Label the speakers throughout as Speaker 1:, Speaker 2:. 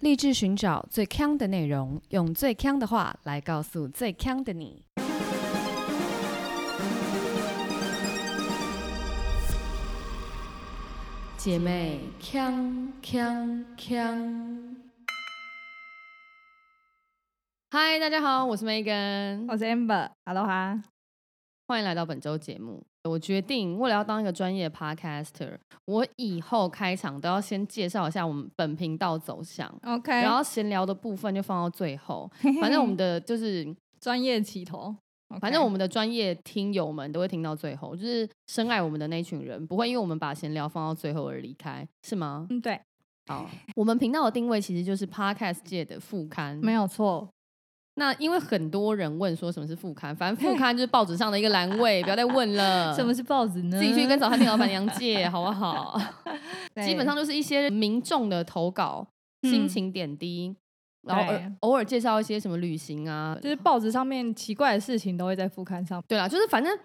Speaker 1: 立志寻找最强的内容，用最强的话来告诉最强的你。姐妹，强强强！嗨，大家好，我是 Megan，
Speaker 2: 我是 Amber，Hello 哈，
Speaker 1: 欢迎来到本周节目。我决定，为了要当一个专业 podcaster，我以后开场都要先介绍一下我们本频道走向，
Speaker 2: OK，
Speaker 1: 然后闲聊的部分就放到最 后。反正我们的就是，
Speaker 2: 专业起头，
Speaker 1: 反正我们的专业听友们都会听到最后，就是深爱我们的那一群人，不会因为我们把闲聊放到最后而离开，是吗？
Speaker 2: 嗯对，
Speaker 1: 好，我们频道的定位其实就是 podcast 界的副刊。
Speaker 2: 没有错，
Speaker 1: 那因为很多人问说什么是副刊，反正副刊就是报纸上的一个栏位，不要再问了。
Speaker 2: 什么是报纸呢？
Speaker 1: 自己去跟早餐店老板娘借，好不好？
Speaker 2: 对
Speaker 1: 基本上就是一些民众的投稿、
Speaker 2: 嗯
Speaker 1: 心情点滴，然后偶
Speaker 2: 对
Speaker 1: 尔偶尔介绍一些什么旅行啊，
Speaker 2: 就是报纸上面奇怪的事情都会在副刊上，
Speaker 1: 对啦，就是反正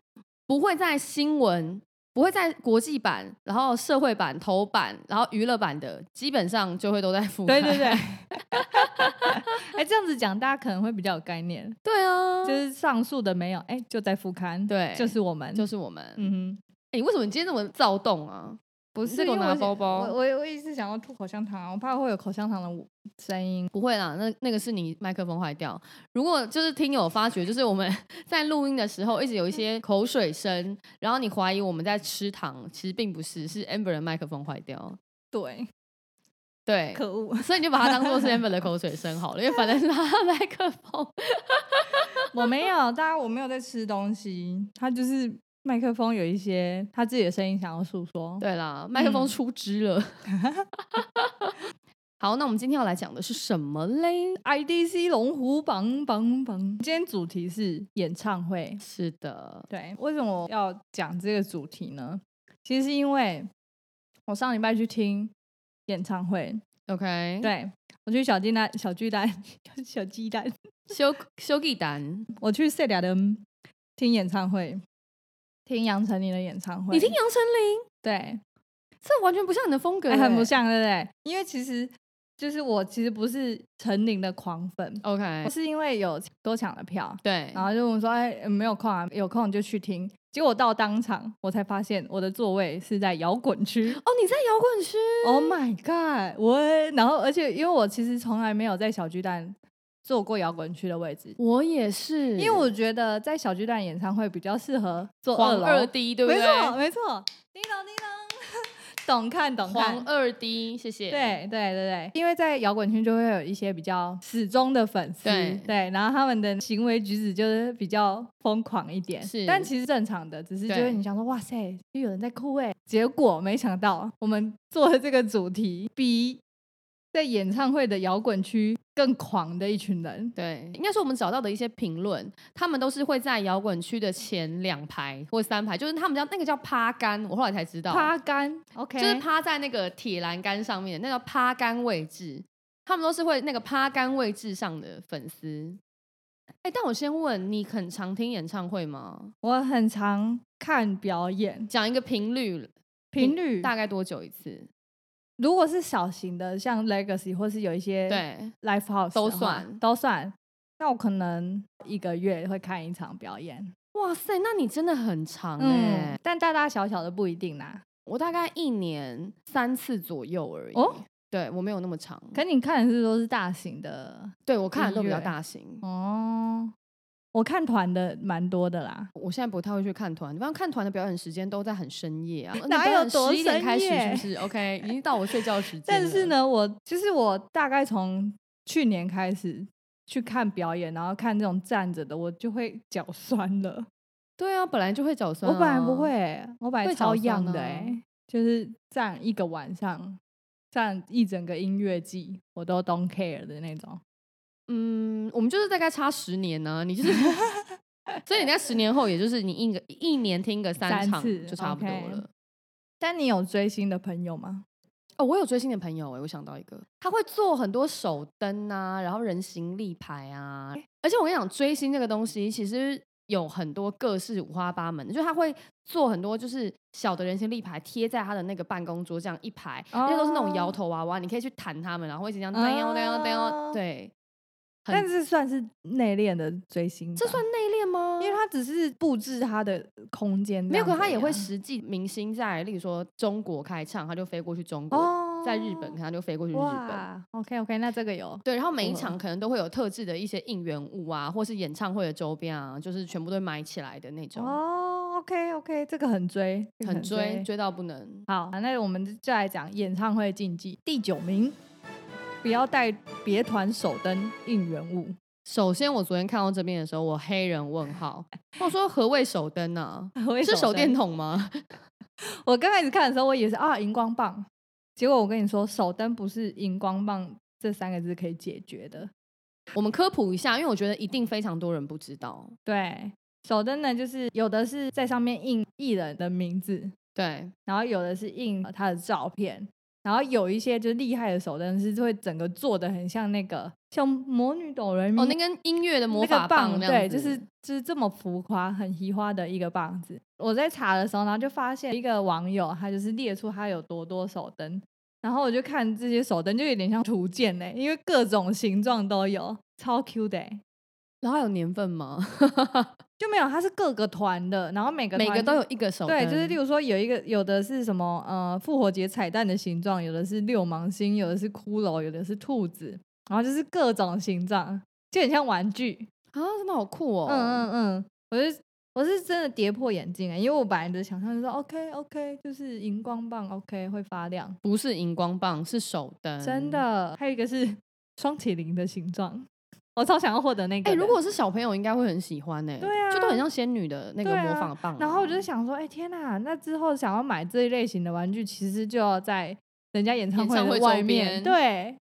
Speaker 1: 不会在新闻，不会在国际版，然后社会版、头版，然后娱乐版的，基本上就会都在附
Speaker 2: 对对对， 哎这样子讲大家可能会比较有概念，
Speaker 1: 对啊，
Speaker 2: 就
Speaker 1: 就是
Speaker 2: 是上述的没有，哎就在副刊，
Speaker 1: 对
Speaker 2: 就是我们，
Speaker 1: 就是我们。哎、
Speaker 2: 嗯哼，
Speaker 1: 为什么你今天这么躁动啊？
Speaker 2: 不
Speaker 1: 是给我拿包包
Speaker 2: 我我我一直想要吐口香糖，我怕会有口香糖的声音，
Speaker 1: 不会啦，那那个是你麦克风坏掉。如果就是听友发觉，就是我们 在录音的时候一直有一些口水声，然后你怀疑我们在吃糖，其实并不是，是 Amber 的麦克风坏掉。
Speaker 2: 对，
Speaker 1: 对，
Speaker 2: 可恶，
Speaker 1: 所以你就把它当做是 Amber 的口水声好了，因为反正是他的麦克风。
Speaker 2: 我没有，大家我没有在吃东西，他就是麦克风有一些他自己的声音想要诉说。
Speaker 1: 对啦，麦克风
Speaker 2: 嗯
Speaker 1: 出汁了。 好，那我们今天要来讲的是什么嘞？
Speaker 2: IDC 龙虎榜榜榜，今天主题是演唱会。
Speaker 1: 是的，
Speaker 2: 对，为什么我要讲这个主题呢？其实是因为我上礼拜去听演唱会，
Speaker 1: OK，，
Speaker 2: 对我去小鸡蛋小巨蛋 小鸡蛋，
Speaker 1: 修修地蛋，
Speaker 2: 我去塞俩的听演唱会，听杨丞琳的演唱会。
Speaker 1: 你听杨丞琳，
Speaker 2: 对，
Speaker 1: 这完全不像你的风格、
Speaker 2: 哎很不
Speaker 1: 欸
Speaker 2: 像，对不对？因为其实就是我其实不是陈琳的狂粉，
Speaker 1: OK，
Speaker 2: 我是因为有多抢了票，
Speaker 1: 对，
Speaker 2: 然后就问我说：“哎、呃没有空啊，有空就去听。”结果到当场，我才发现我的座位是在摇滚区。
Speaker 1: 哦，你在摇滚区
Speaker 2: Oh my god！我然后而且因为我其实从来没有在小巨蛋坐过摇滚区的位置，
Speaker 1: 我也是，
Speaker 2: 因为我觉得在小巨蛋演唱会比较适合坐
Speaker 1: 黄
Speaker 2: 二楼。
Speaker 1: 二 D 对不
Speaker 2: 没
Speaker 1: 对？
Speaker 2: 错，没错，叮咚 叮咚，懂看懂看
Speaker 1: 黄。二 D，谢谢。，
Speaker 2: 对对对对，因为在摇滚圈就会有一些比较死忠的粉丝，
Speaker 1: 对
Speaker 2: 然后他们的行为举止就是比较疯狂一点，
Speaker 1: 是
Speaker 2: 但其实正常的，只是就
Speaker 1: 对
Speaker 2: 是你想说哇塞，又有人在哭哎，结果没想到我们做的这个主题比在演唱会的摇滚区更狂的一群人，
Speaker 1: 对，应该是我们找到的一些评论，他们都是会在摇滚区的前两排或三排，就是他们叫那个叫趴杆，我后来才知道，
Speaker 2: 趴杆，OK，
Speaker 1: 就是趴在那个铁栏杆上面，那叫趴杆位置。他们都是会那个趴杆位置上的粉丝。哎、但我先问你，很常听演唱会吗？
Speaker 2: 我很常看表演
Speaker 1: 讲一个频率，
Speaker 2: 频率，
Speaker 1: 嗯大概多久一次？
Speaker 2: 如果是小型的，像 Legacy 或是有一些
Speaker 1: 对，
Speaker 2: live house
Speaker 1: 都
Speaker 2: 的话
Speaker 1: 算
Speaker 2: 都算。那我可能一个月会看一场表演，嗯
Speaker 1: 哇塞，那你真的很长哎、，
Speaker 2: 但大大小小的不一定啦。
Speaker 1: 我大概一年三次左右而已。
Speaker 2: 哦
Speaker 1: 对我没有那么长，
Speaker 2: 可你看的是都是大型的
Speaker 1: 对我看的都比较
Speaker 2: 音乐
Speaker 1: 大型。
Speaker 2: 哦，我看团的蛮多的啦。
Speaker 1: 我现在不太会去看团，反正看团的表演时间都在很深夜啊，
Speaker 2: 哪有多
Speaker 1: 十一点
Speaker 2: 深
Speaker 1: 开始是
Speaker 2: 夜
Speaker 1: 不是？OK，已经到我睡觉时间。
Speaker 2: 但是，呢，我就是我大概从去年开始去看表演，然后看这种站着的，我就会脚酸了。
Speaker 1: 对啊，本来就会脚酸、
Speaker 2: 我本来不会、，我本来
Speaker 1: 会
Speaker 2: 超
Speaker 1: 脚酸
Speaker 2: 样的
Speaker 1: 啊
Speaker 2: 哎、就是站一个晚上，站一整个音乐季，我都 don't care 的那种。
Speaker 1: 嗯，我们就是大概差十年呢、你就是， 所以你在十年后，也就是你一个一年听个三
Speaker 2: 三
Speaker 1: 场
Speaker 2: 次
Speaker 1: 就差不多
Speaker 2: ，OK
Speaker 1: 了。
Speaker 2: 但你有追星的朋友吗？
Speaker 1: 哦，我有追星的朋友哎、我想到一个，他会做很多手灯啊，然后人形立牌啊，而且我跟你讲，追星这个东西其实。有很多各式五花八门的，就他会做很多就是小的人形立牌贴在他的那个办公桌这样一排，那些都是那种摇头娃娃，你可以去弹他们，然后会一直这样当当当当，
Speaker 2: 哦
Speaker 1: 对，很
Speaker 2: 但是算是内敛的追星吧，
Speaker 1: 这算内敛吗？
Speaker 2: 因为他只是布置他的空间这
Speaker 1: 没有，
Speaker 2: 样子而已啊，
Speaker 1: 可他也会实际明星在，例如说中国开唱，他就飞过去中国；
Speaker 2: 哦，
Speaker 1: 在日本，他就飞过去日本。
Speaker 2: 哇，OK OK，那这个有
Speaker 1: 对，然后每一
Speaker 2: 符合
Speaker 1: 场可能都会有特制的一些应援物啊，或是演唱会的周边啊，就是全部都买起来的那种，
Speaker 2: 哦，OK OK，这个很追，这个
Speaker 1: 很追追到不能。
Speaker 2: 好，那我们就来讲演唱会禁忌第九名，不要带别团手灯应援 物。
Speaker 1: 首先，我昨天看到这边的时候，我黑人问 号，我说何谓手灯呢、啊？是手电
Speaker 2: 筒。
Speaker 1: 筒吗？
Speaker 2: 我刚开始看的时候，我也是啊，荧光棒。结果我跟你说，手灯不是荧光棒这三个字可以解决的。
Speaker 1: 我们科普一下，因为我觉得一定非常多人不知道。
Speaker 2: 对，手灯呢，就是有的是在上面印艺人的名字，
Speaker 1: 对，
Speaker 2: 然后有的是印呃他的照片，然后有一些就是厉害的手灯是会整个做的很像那个像魔女斗人
Speaker 1: 哦，那根音乐的魔
Speaker 2: 那
Speaker 1: 法
Speaker 2: 个棒，
Speaker 1: 那样
Speaker 2: 对，
Speaker 1: 子，
Speaker 2: 就是就是这么浮夸、很奇花的一个棒子。我在查的时候，然后就发现一个网友，他就是列出他有多多手灯，然后我就看这些手灯就有点像图鉴呢、因为各种形状都有，超 Q 的、欸。
Speaker 1: 然后有年份吗？
Speaker 2: 就没有，它是各个团的，然后每个
Speaker 1: 每
Speaker 2: 团
Speaker 1: 个都有一个手灯，
Speaker 2: 对，就是例如说有一个有的是什么呃复活节彩蛋的形状，有的是六芒星，有的是骷髅，有的是兔子，然后就是各种形状，就很像玩具。
Speaker 1: 啊，真的好酷哦！
Speaker 2: 嗯嗯嗯，我是我是真的跌破眼镜啊、因为我本来的想象就是 OK OK，就是荧光棒 OK 会发亮，
Speaker 1: 不是荧光棒，是手灯，
Speaker 2: 真。的。还有一个是 双麒麟的形状，我超想要获得那个
Speaker 1: 哎、
Speaker 2: 的。
Speaker 1: 如果是小朋友，应该会很喜欢呢、
Speaker 2: 对啊
Speaker 1: 就都很像仙女的那个
Speaker 2: 对啊
Speaker 1: 魔法棒啊、
Speaker 2: 然后我就是想说，哎、天哪！那之后想要买这一类型的玩具，其实就要在人家演唱
Speaker 1: 演
Speaker 2: 会
Speaker 1: 唱会
Speaker 2: 的
Speaker 1: 周
Speaker 2: 外
Speaker 1: 边
Speaker 2: 面。对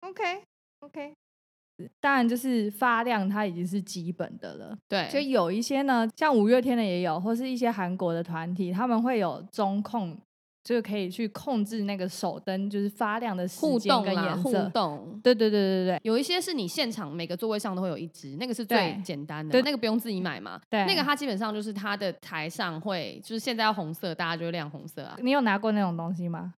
Speaker 2: ，OK OK。当然，就是发亮，它已经是基本的了。就
Speaker 1: 对，
Speaker 2: 有一些呢，像五月天的也有，或是一些韩国的团体，他们会有中控，就是可以去控制那个手灯，就是发亮的时
Speaker 1: 互
Speaker 2: 间
Speaker 1: 动
Speaker 2: 跟
Speaker 1: 啦，
Speaker 2: 颜
Speaker 1: 互
Speaker 2: 色。
Speaker 1: 动。
Speaker 2: 对对对对对
Speaker 1: 有一些是你现场每个座位上都会有一支，那个是最
Speaker 2: 对
Speaker 1: 简单的，
Speaker 2: 对
Speaker 1: 那个不用自己买嘛。
Speaker 2: 对，
Speaker 1: 那个它基本上就是它的台上会，就是现在要红色，大家就会亮红色啊。
Speaker 2: 你有拿过那种东西吗？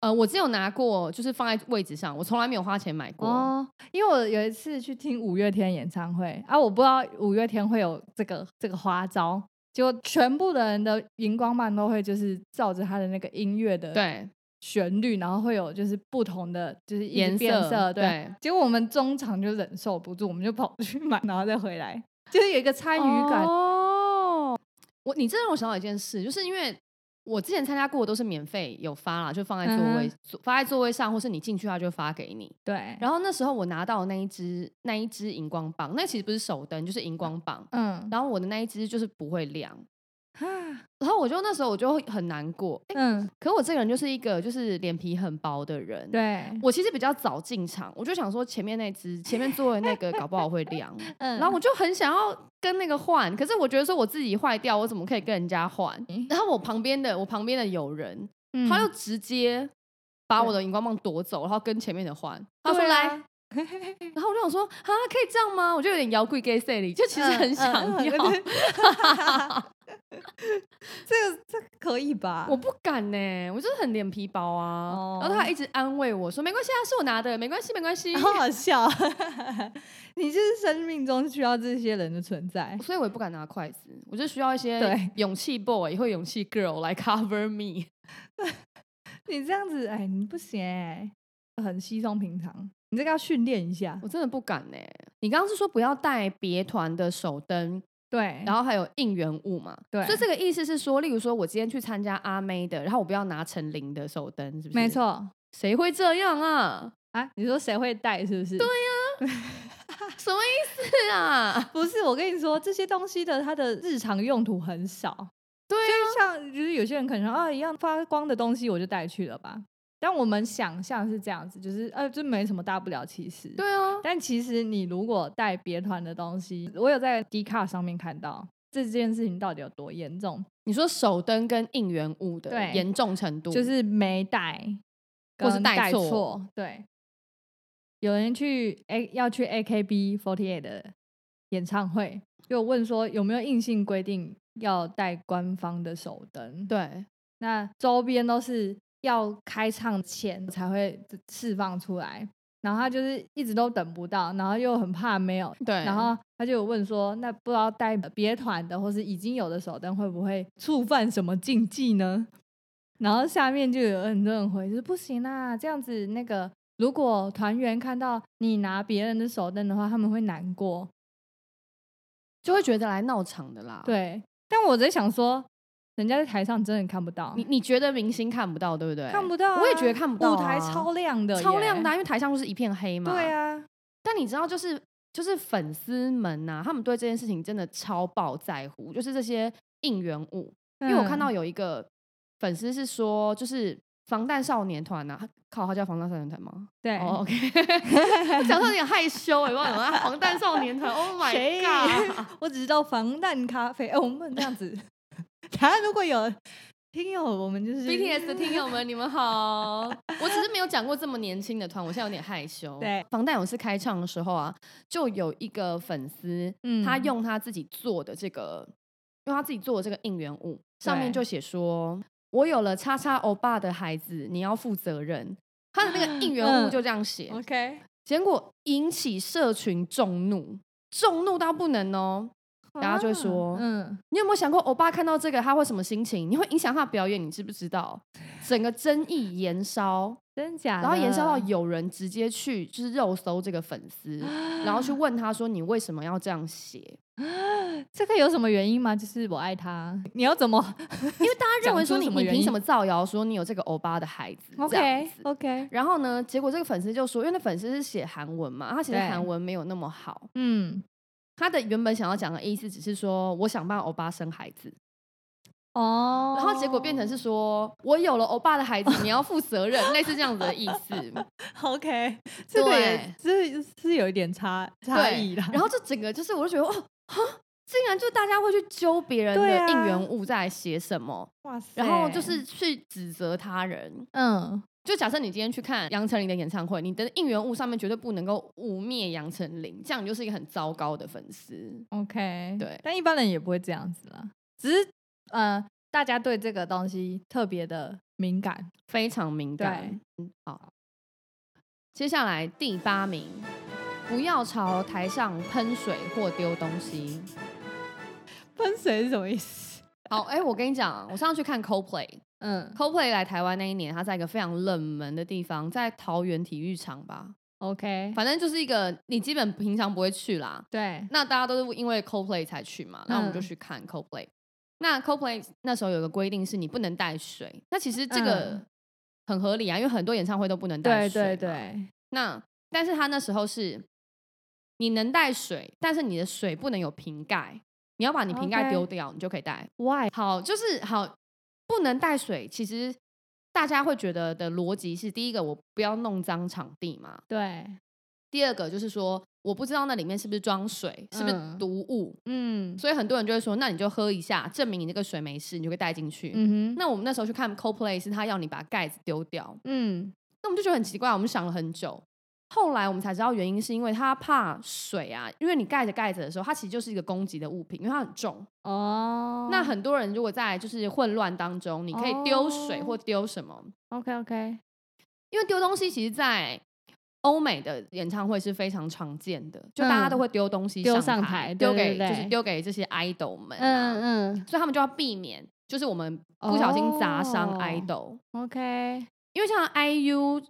Speaker 1: 呃，我只有拿过，就是放在位置上，我从来没有花钱买过。
Speaker 2: 哦，因为我有一次去听五月天演唱会啊，我不知道五月天会有这个这个花招，结果全部的人的荧光棒都会就是照着他的那个音乐的
Speaker 1: 对，
Speaker 2: 旋律，然后会有就是不同的就是一直
Speaker 1: 颜
Speaker 2: 变色对。啊
Speaker 1: 对，
Speaker 2: 结果我们中场就忍受不住，我们就跑去买，然后再回来，就是有一个参与感。
Speaker 1: 哦，我你这让我想到一件事，就是因为我之前参加过的都是免费有发啦，就放在座位、
Speaker 2: 嗯
Speaker 1: 座发在座位上，或是你进去他就发给你。
Speaker 2: 对，
Speaker 1: 然后那时候我拿到的那一只那一只荧光棒，那其实不是手灯，就是荧光棒。
Speaker 2: 嗯
Speaker 1: 然后我的那一只就是不会亮，
Speaker 2: 啊
Speaker 1: 然后我就那时候我就会很难过。诶
Speaker 2: 嗯，
Speaker 1: 可我这个人就是一个就是脸皮很薄的人，
Speaker 2: 对，
Speaker 1: 我其实比较早进场，我就想说前面那只前面坐的那个搞不好会 亮。
Speaker 2: 嗯
Speaker 1: 然后我就很想要跟那个换，可是我觉得说我自己坏掉，我怎么可以跟人家换？
Speaker 2: 嗯
Speaker 1: 然后我旁边的我旁边的友人，
Speaker 2: 嗯
Speaker 1: 他就直接把
Speaker 2: 对
Speaker 1: 我的荧光棒夺走，然后跟前面的换。他说
Speaker 2: 对
Speaker 1: 来，
Speaker 2: 啊
Speaker 1: 然后我就想说啊，可以这样吗？我就有点摇柜 gay 赛里，就其实
Speaker 2: 嗯
Speaker 1: 很
Speaker 2: 嗯
Speaker 1: 想
Speaker 2: 嗯
Speaker 1: 要，
Speaker 2: 对这个这个可以吧？
Speaker 1: 我不敢呢、我就是很脸皮薄啊。
Speaker 2: 哦
Speaker 1: 然后他还一直安慰我说没关系啊，是我拿的，没关系，没关系。
Speaker 2: 好好笑， 你就是生命中需要这些人的存 在。
Speaker 1: 所以我也不敢拿筷子，我就需要一些
Speaker 2: 对
Speaker 1: 勇气 boy 也会勇气 girl 来 cover me。
Speaker 2: 你这样子，哎，你不行哎、很稀松平常。你这个要训练一下
Speaker 1: 我。真的不敢呢、你刚刚是说不要带别团的手灯，
Speaker 2: 对，
Speaker 1: 然后还有应援物嘛？
Speaker 2: 对
Speaker 1: 所以这个意思是说，例如说我今天去参加阿妹的，然后我不要拿陈琳的手灯，是不是？
Speaker 2: 没，错
Speaker 1: 谁会这样啊？
Speaker 2: 啊，你说谁会带是不是？对呀、
Speaker 1: 什么意思啊？
Speaker 2: 不是我跟你说，这些东西的它的日常用途很少。
Speaker 1: 对啊
Speaker 2: 就是像就是有些人可能说啊，一样发光的东西我就带去了吧。但我们想象是这样子，就是呃，这没什么大不了，其实。
Speaker 1: 对啊，
Speaker 2: 但其实你如果带别团的东西，我有在 d 卡上面看到这件事情到底有多严重，
Speaker 1: 你说手灯跟应援物的
Speaker 2: 对
Speaker 1: 严重程度，
Speaker 2: 就是没带，
Speaker 1: 或是
Speaker 2: 跟
Speaker 1: 带
Speaker 2: 带
Speaker 1: 错
Speaker 2: 对，有人去 A 要去 AKB48 的演唱会，就问说有没有硬性规定要带官方的手灯？，
Speaker 1: 对，
Speaker 2: 那周边都是要开唱前才会释放出来，然后他就是一直都等不到，然后又很怕没有，
Speaker 1: 对，
Speaker 2: 然后他就有问说，那不知道带呃别团的或是已经有的手灯会不会触犯什么禁忌呢？然后下面就有很多人回，就是不行啊，这样子那个如果团员看到你拿别人的手灯的话，他们会难过。
Speaker 1: 就会觉得来闹场的啦。，
Speaker 2: 对，但我在想说，人家在台上真的看不到，
Speaker 1: 你你觉得明星看不到，对不对？
Speaker 2: 看不到啊、
Speaker 1: 我也觉得看不到啊
Speaker 2: 舞台超亮的耶，
Speaker 1: 超亮的啊、因为台上就是一片黑嘛。
Speaker 2: 对啊，
Speaker 1: 但你知道，就是就是粉丝们啊呐、他们对这件事情真的超爆在乎，就是这些应援物。因为我
Speaker 2: 嗯
Speaker 1: 看到有一个粉丝是说，就是防弹少年团呐、啊，靠，他叫防弹少年团吗？
Speaker 2: 对，
Speaker 1: 哦、o k 我讲的有点害羞哎、欸，我讲防弹少年团，Oh my
Speaker 2: 谁
Speaker 1: god！
Speaker 2: 我只知道防弹咖啡。哎、我们不能这样子。 他如果有听友，我们就是
Speaker 1: BTS 的听友们，你们好！我只是没有讲过这么年轻的团，我现在有点害羞。
Speaker 2: 对，
Speaker 1: 防弹勇士开唱的时候啊，就有一个粉丝，
Speaker 2: 嗯
Speaker 1: 他用他自己做的这个，用他自己做的这个应援物，上面就
Speaker 2: 对
Speaker 1: 写说：“我有了叉叉欧巴的孩子，你要负责任。”他的那个应援物
Speaker 2: 嗯
Speaker 1: 就这样写，
Speaker 2: OK，
Speaker 1: 结果引起社群众怒，众怒到不能哦。然后就会说
Speaker 2: 啊嗯，
Speaker 1: 你有没有想过，欧巴看到这个他会什么心情？你会影响他的表演，你知不知道？整个争议延烧，
Speaker 2: 真假的？
Speaker 1: 然后延烧到有人直接去就是肉搜这个粉丝，然后去问他说：“你为什么要这样写？”
Speaker 2: 这个有什么原因吗？就是我爱 他，你要怎么
Speaker 1: 因为大家认为说你
Speaker 2: 讲出什么
Speaker 1: 你
Speaker 2: 原因
Speaker 1: 凭什么造谣说你有这个欧巴的孩子这样
Speaker 2: ？OK
Speaker 1: 子？
Speaker 2: OK，
Speaker 1: 然后呢，结果这个粉丝就说，因为那粉丝是写韩文嘛，他其实
Speaker 2: 对
Speaker 1: 韩文没有那么好，
Speaker 2: 嗯，
Speaker 1: 他的原本想要讲的意思只是说我想帮欧巴生孩子，
Speaker 2: 哦，
Speaker 1: 然后结果变成是说我有了欧巴的孩子，你要负责任，类似这样子的意 思。
Speaker 2: OK，这个也这是有一点差差
Speaker 1: 对
Speaker 2: 异啦，。
Speaker 1: 然后这整个就是我就觉得哦，哈，竟然就大家会去揪别人
Speaker 2: 对
Speaker 1: 的
Speaker 2: 啊
Speaker 1: 应援物在写什么，
Speaker 2: 哇塞
Speaker 1: 然后就是去指责他人。
Speaker 2: 嗯，
Speaker 1: 就假设你今天去看杨丞琳的演唱会，你的应援物上面绝对不能够污蔑杨丞琳，这样你就是一个很糟糕的粉丝。
Speaker 2: OK，
Speaker 1: 对
Speaker 2: 但一般人也不会这样子啦，只是呃，大家对这个东西特别的敏感。
Speaker 1: 非常敏感
Speaker 2: 对。
Speaker 1: 嗯，好。接下来第八名，不要朝台上喷水或丢东西。
Speaker 2: 喷水是什么意思？
Speaker 1: 好，哎、我跟你讲，我上次去看 Coldplay，Coldplay
Speaker 2: 嗯
Speaker 1: 来台湾那一年，他在一个非常冷门的地方，在桃园体育场吧，
Speaker 2: ，OK，
Speaker 1: 反正就是一个你基本平常不会去啦。
Speaker 2: 对，
Speaker 1: 那大家都是因为 Coldplay 才去嘛，那我们就
Speaker 2: 嗯
Speaker 1: 去看 Coldplay。那 Coldplay 那时候有个规定是你不能带水，那其实这个
Speaker 2: 嗯
Speaker 1: 很合理啊，因为很多演唱会都不能带
Speaker 2: 对
Speaker 1: 水。
Speaker 2: 对。对，
Speaker 1: 那但是他那时候是你能带水，但是你的水不能有瓶盖，你要把你瓶盖
Speaker 2: OK
Speaker 1: 丢掉，你就可以带。
Speaker 2: Why？
Speaker 1: 好，就是好，不能带水，其实。大家会觉得的逻辑是：第一个，我不要弄脏场地嘛；
Speaker 2: 对，
Speaker 1: 第二个就是说，我不知道那里面是不是装水，是不是
Speaker 2: 嗯
Speaker 1: 毒物，
Speaker 2: 嗯
Speaker 1: 所以很多人就会说，那你就喝一下，证明你这个水没事，你就可以带进去。
Speaker 2: 嗯哼，
Speaker 1: 那我们那时候去看 CoPlay 是他要你把盖子丢掉，
Speaker 2: 嗯
Speaker 1: 那我们就觉得很奇怪，我们想了很久。后来我们才知道原因是因为它怕水啊，因为你盖着盖着的时候，它其实就是一个攻击的物品，因为它很重。
Speaker 2: 哦，
Speaker 1: 那很多人如果在就是混乱当中，你可以丢水
Speaker 2: 哦
Speaker 1: 或丢什么，
Speaker 2: OK OK，
Speaker 1: 因为丢东西其实，在欧美的演唱会是非常常见的，就大家都会丢东西
Speaker 2: 嗯丢上
Speaker 1: 台，
Speaker 2: 台
Speaker 1: 丢
Speaker 2: 对
Speaker 1: 给
Speaker 2: 对
Speaker 1: 就是
Speaker 2: 对
Speaker 1: 丢给这些 idol 们、啊，
Speaker 2: 嗯嗯
Speaker 1: 所以他们就要避免，就是我们不小心砸伤
Speaker 2: 哦
Speaker 1: idol。
Speaker 2: ，OK，
Speaker 1: 因为像 IU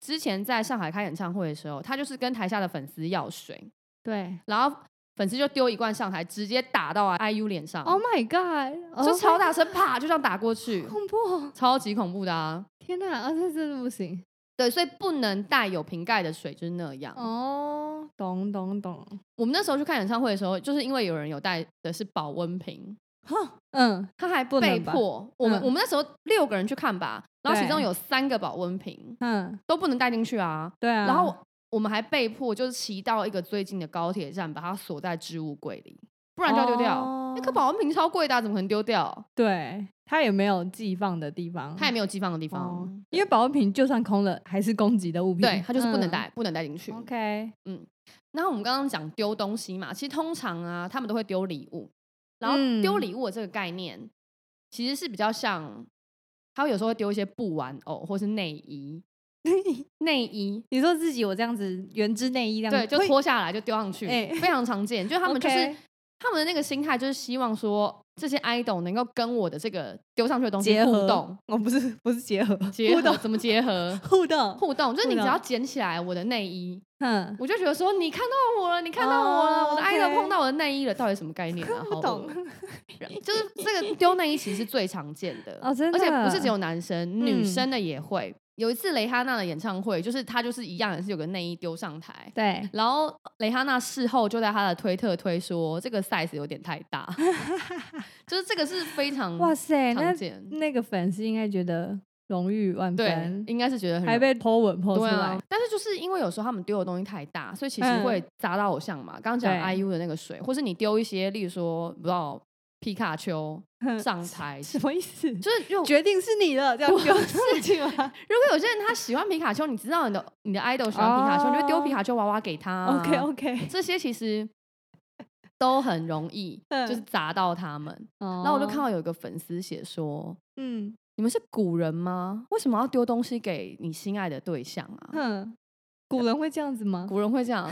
Speaker 1: 之前在上海开演唱会的时候，他就是跟台下的粉丝要水，
Speaker 2: 对
Speaker 1: 然后粉丝就丢一罐上台，直接打到 IU 脸上
Speaker 2: ，Oh my God，
Speaker 1: 就
Speaker 2: OK，
Speaker 1: 超大声啪，就这样打过去，
Speaker 2: 恐怖，
Speaker 1: 超级恐怖的啊！
Speaker 2: 天哪，啊，这真的不行。
Speaker 1: 对，所以不能带有瓶盖的水，就是那样。
Speaker 2: 哦，懂懂懂，
Speaker 1: 我们那时候去看演唱会的时候，就是因为有人有带的是保温瓶，
Speaker 2: 嗯，
Speaker 1: 他还
Speaker 2: 不
Speaker 1: 被
Speaker 2: 能吧
Speaker 1: 迫我们、
Speaker 2: 嗯
Speaker 1: 我们那时候六个人去看吧，然后其
Speaker 2: 对
Speaker 1: 中有三个保温瓶
Speaker 2: 嗯，
Speaker 1: 都不能带进去啊。
Speaker 2: 对啊。
Speaker 1: 然后我们还被迫就是骑到一个最近的高铁站，把它锁在置物柜里。不然就要丢掉。那
Speaker 2: 哦
Speaker 1: 可保温瓶超贵的啊、怎么可能丢掉？
Speaker 2: 对，它也没有寄放的地方，
Speaker 1: 它也没有寄放的地方，
Speaker 2: 哦因为保温瓶就算空了，还是攻击的物品，
Speaker 1: 对，它就是不能
Speaker 2: 嗯
Speaker 1: 带，不能带进去。
Speaker 2: OK，
Speaker 1: 然后我们刚刚讲丢东西嘛，其实通常啊，他们都会丢礼物，然后
Speaker 2: 嗯
Speaker 1: 丢礼物的这个概念、其实是比较像，他会有时候会丢一些布玩偶或是内衣，内衣。
Speaker 2: 你说自己我这样子原织内衣这样子，
Speaker 1: 对，就
Speaker 2: 会
Speaker 1: 脱下来就丢上去，
Speaker 2: 哎
Speaker 1: 非常常见。就他们就是
Speaker 2: OK
Speaker 1: 他们的那个心态，就是希望说这些 idol 能够跟我的这个丢上去的东西
Speaker 2: 结
Speaker 1: 互
Speaker 2: 合
Speaker 1: 动，，
Speaker 2: 我不是不是结合，
Speaker 1: 结
Speaker 2: 互
Speaker 1: 合
Speaker 2: 动
Speaker 1: 怎么结 合？
Speaker 2: 互动，
Speaker 1: 互动就是你
Speaker 2: 互
Speaker 1: 只
Speaker 2: 动
Speaker 1: 要捡起来我的内衣，
Speaker 2: 嗯，
Speaker 1: 我就觉得说你看到我了，你看到我了，
Speaker 2: 哦
Speaker 1: 我的 idol
Speaker 2: OK
Speaker 1: 碰到我的内衣了，到底什么概念 啊？
Speaker 2: 不
Speaker 1: 好
Speaker 2: 懂
Speaker 1: 恶， 就是这个丢内衣其实是最常见的
Speaker 2: 哦真的
Speaker 1: 而且不是只有男生，女
Speaker 2: 嗯
Speaker 1: 生的也会。有一次蕾哈娜的演唱会，就是她就是一样也是有个内衣丢上台，
Speaker 2: 对，
Speaker 1: 然后蕾哈娜事后就在她的推特推说这个 size 有点太 大，就是这个是非常
Speaker 2: 哇塞，那嗯
Speaker 1: 常见，
Speaker 2: 那个粉丝应该觉得荣誉万
Speaker 1: 对
Speaker 2: 分，，
Speaker 1: 应该是觉得很
Speaker 2: 还被 po 文 po 出
Speaker 1: 对
Speaker 2: 来
Speaker 1: 啊，，但是就是因为有时候他们丢的东西太大，所以其实
Speaker 2: 嗯
Speaker 1: 会砸到偶像嘛。刚刚讲
Speaker 2: 对
Speaker 1: IU 的那个水，或是你丢一些，例如说不知道皮卡丘
Speaker 2: 哼
Speaker 1: 上台，
Speaker 2: 什么意思？
Speaker 1: 就是如果
Speaker 2: 决定是你了，这样丢出 去吗
Speaker 1: 如果有些人他喜欢皮卡丘，你知道你的你的 idol 喜欢皮卡丘，你就丢皮
Speaker 2: 哦
Speaker 1: 卡丘娃娃给他啊、
Speaker 2: ？OK OK，
Speaker 1: 这些其实都很容 易
Speaker 2: 嗯
Speaker 1: 就是砸到他们。
Speaker 2: 然
Speaker 1: 然后我就看，到有一个粉丝写说。
Speaker 2: 哦嗯
Speaker 1: 你们是古人吗？为什么要丢东西给你心爱的对象啊？
Speaker 2: 哼，古人会这样子吗？
Speaker 1: 古人会这 样，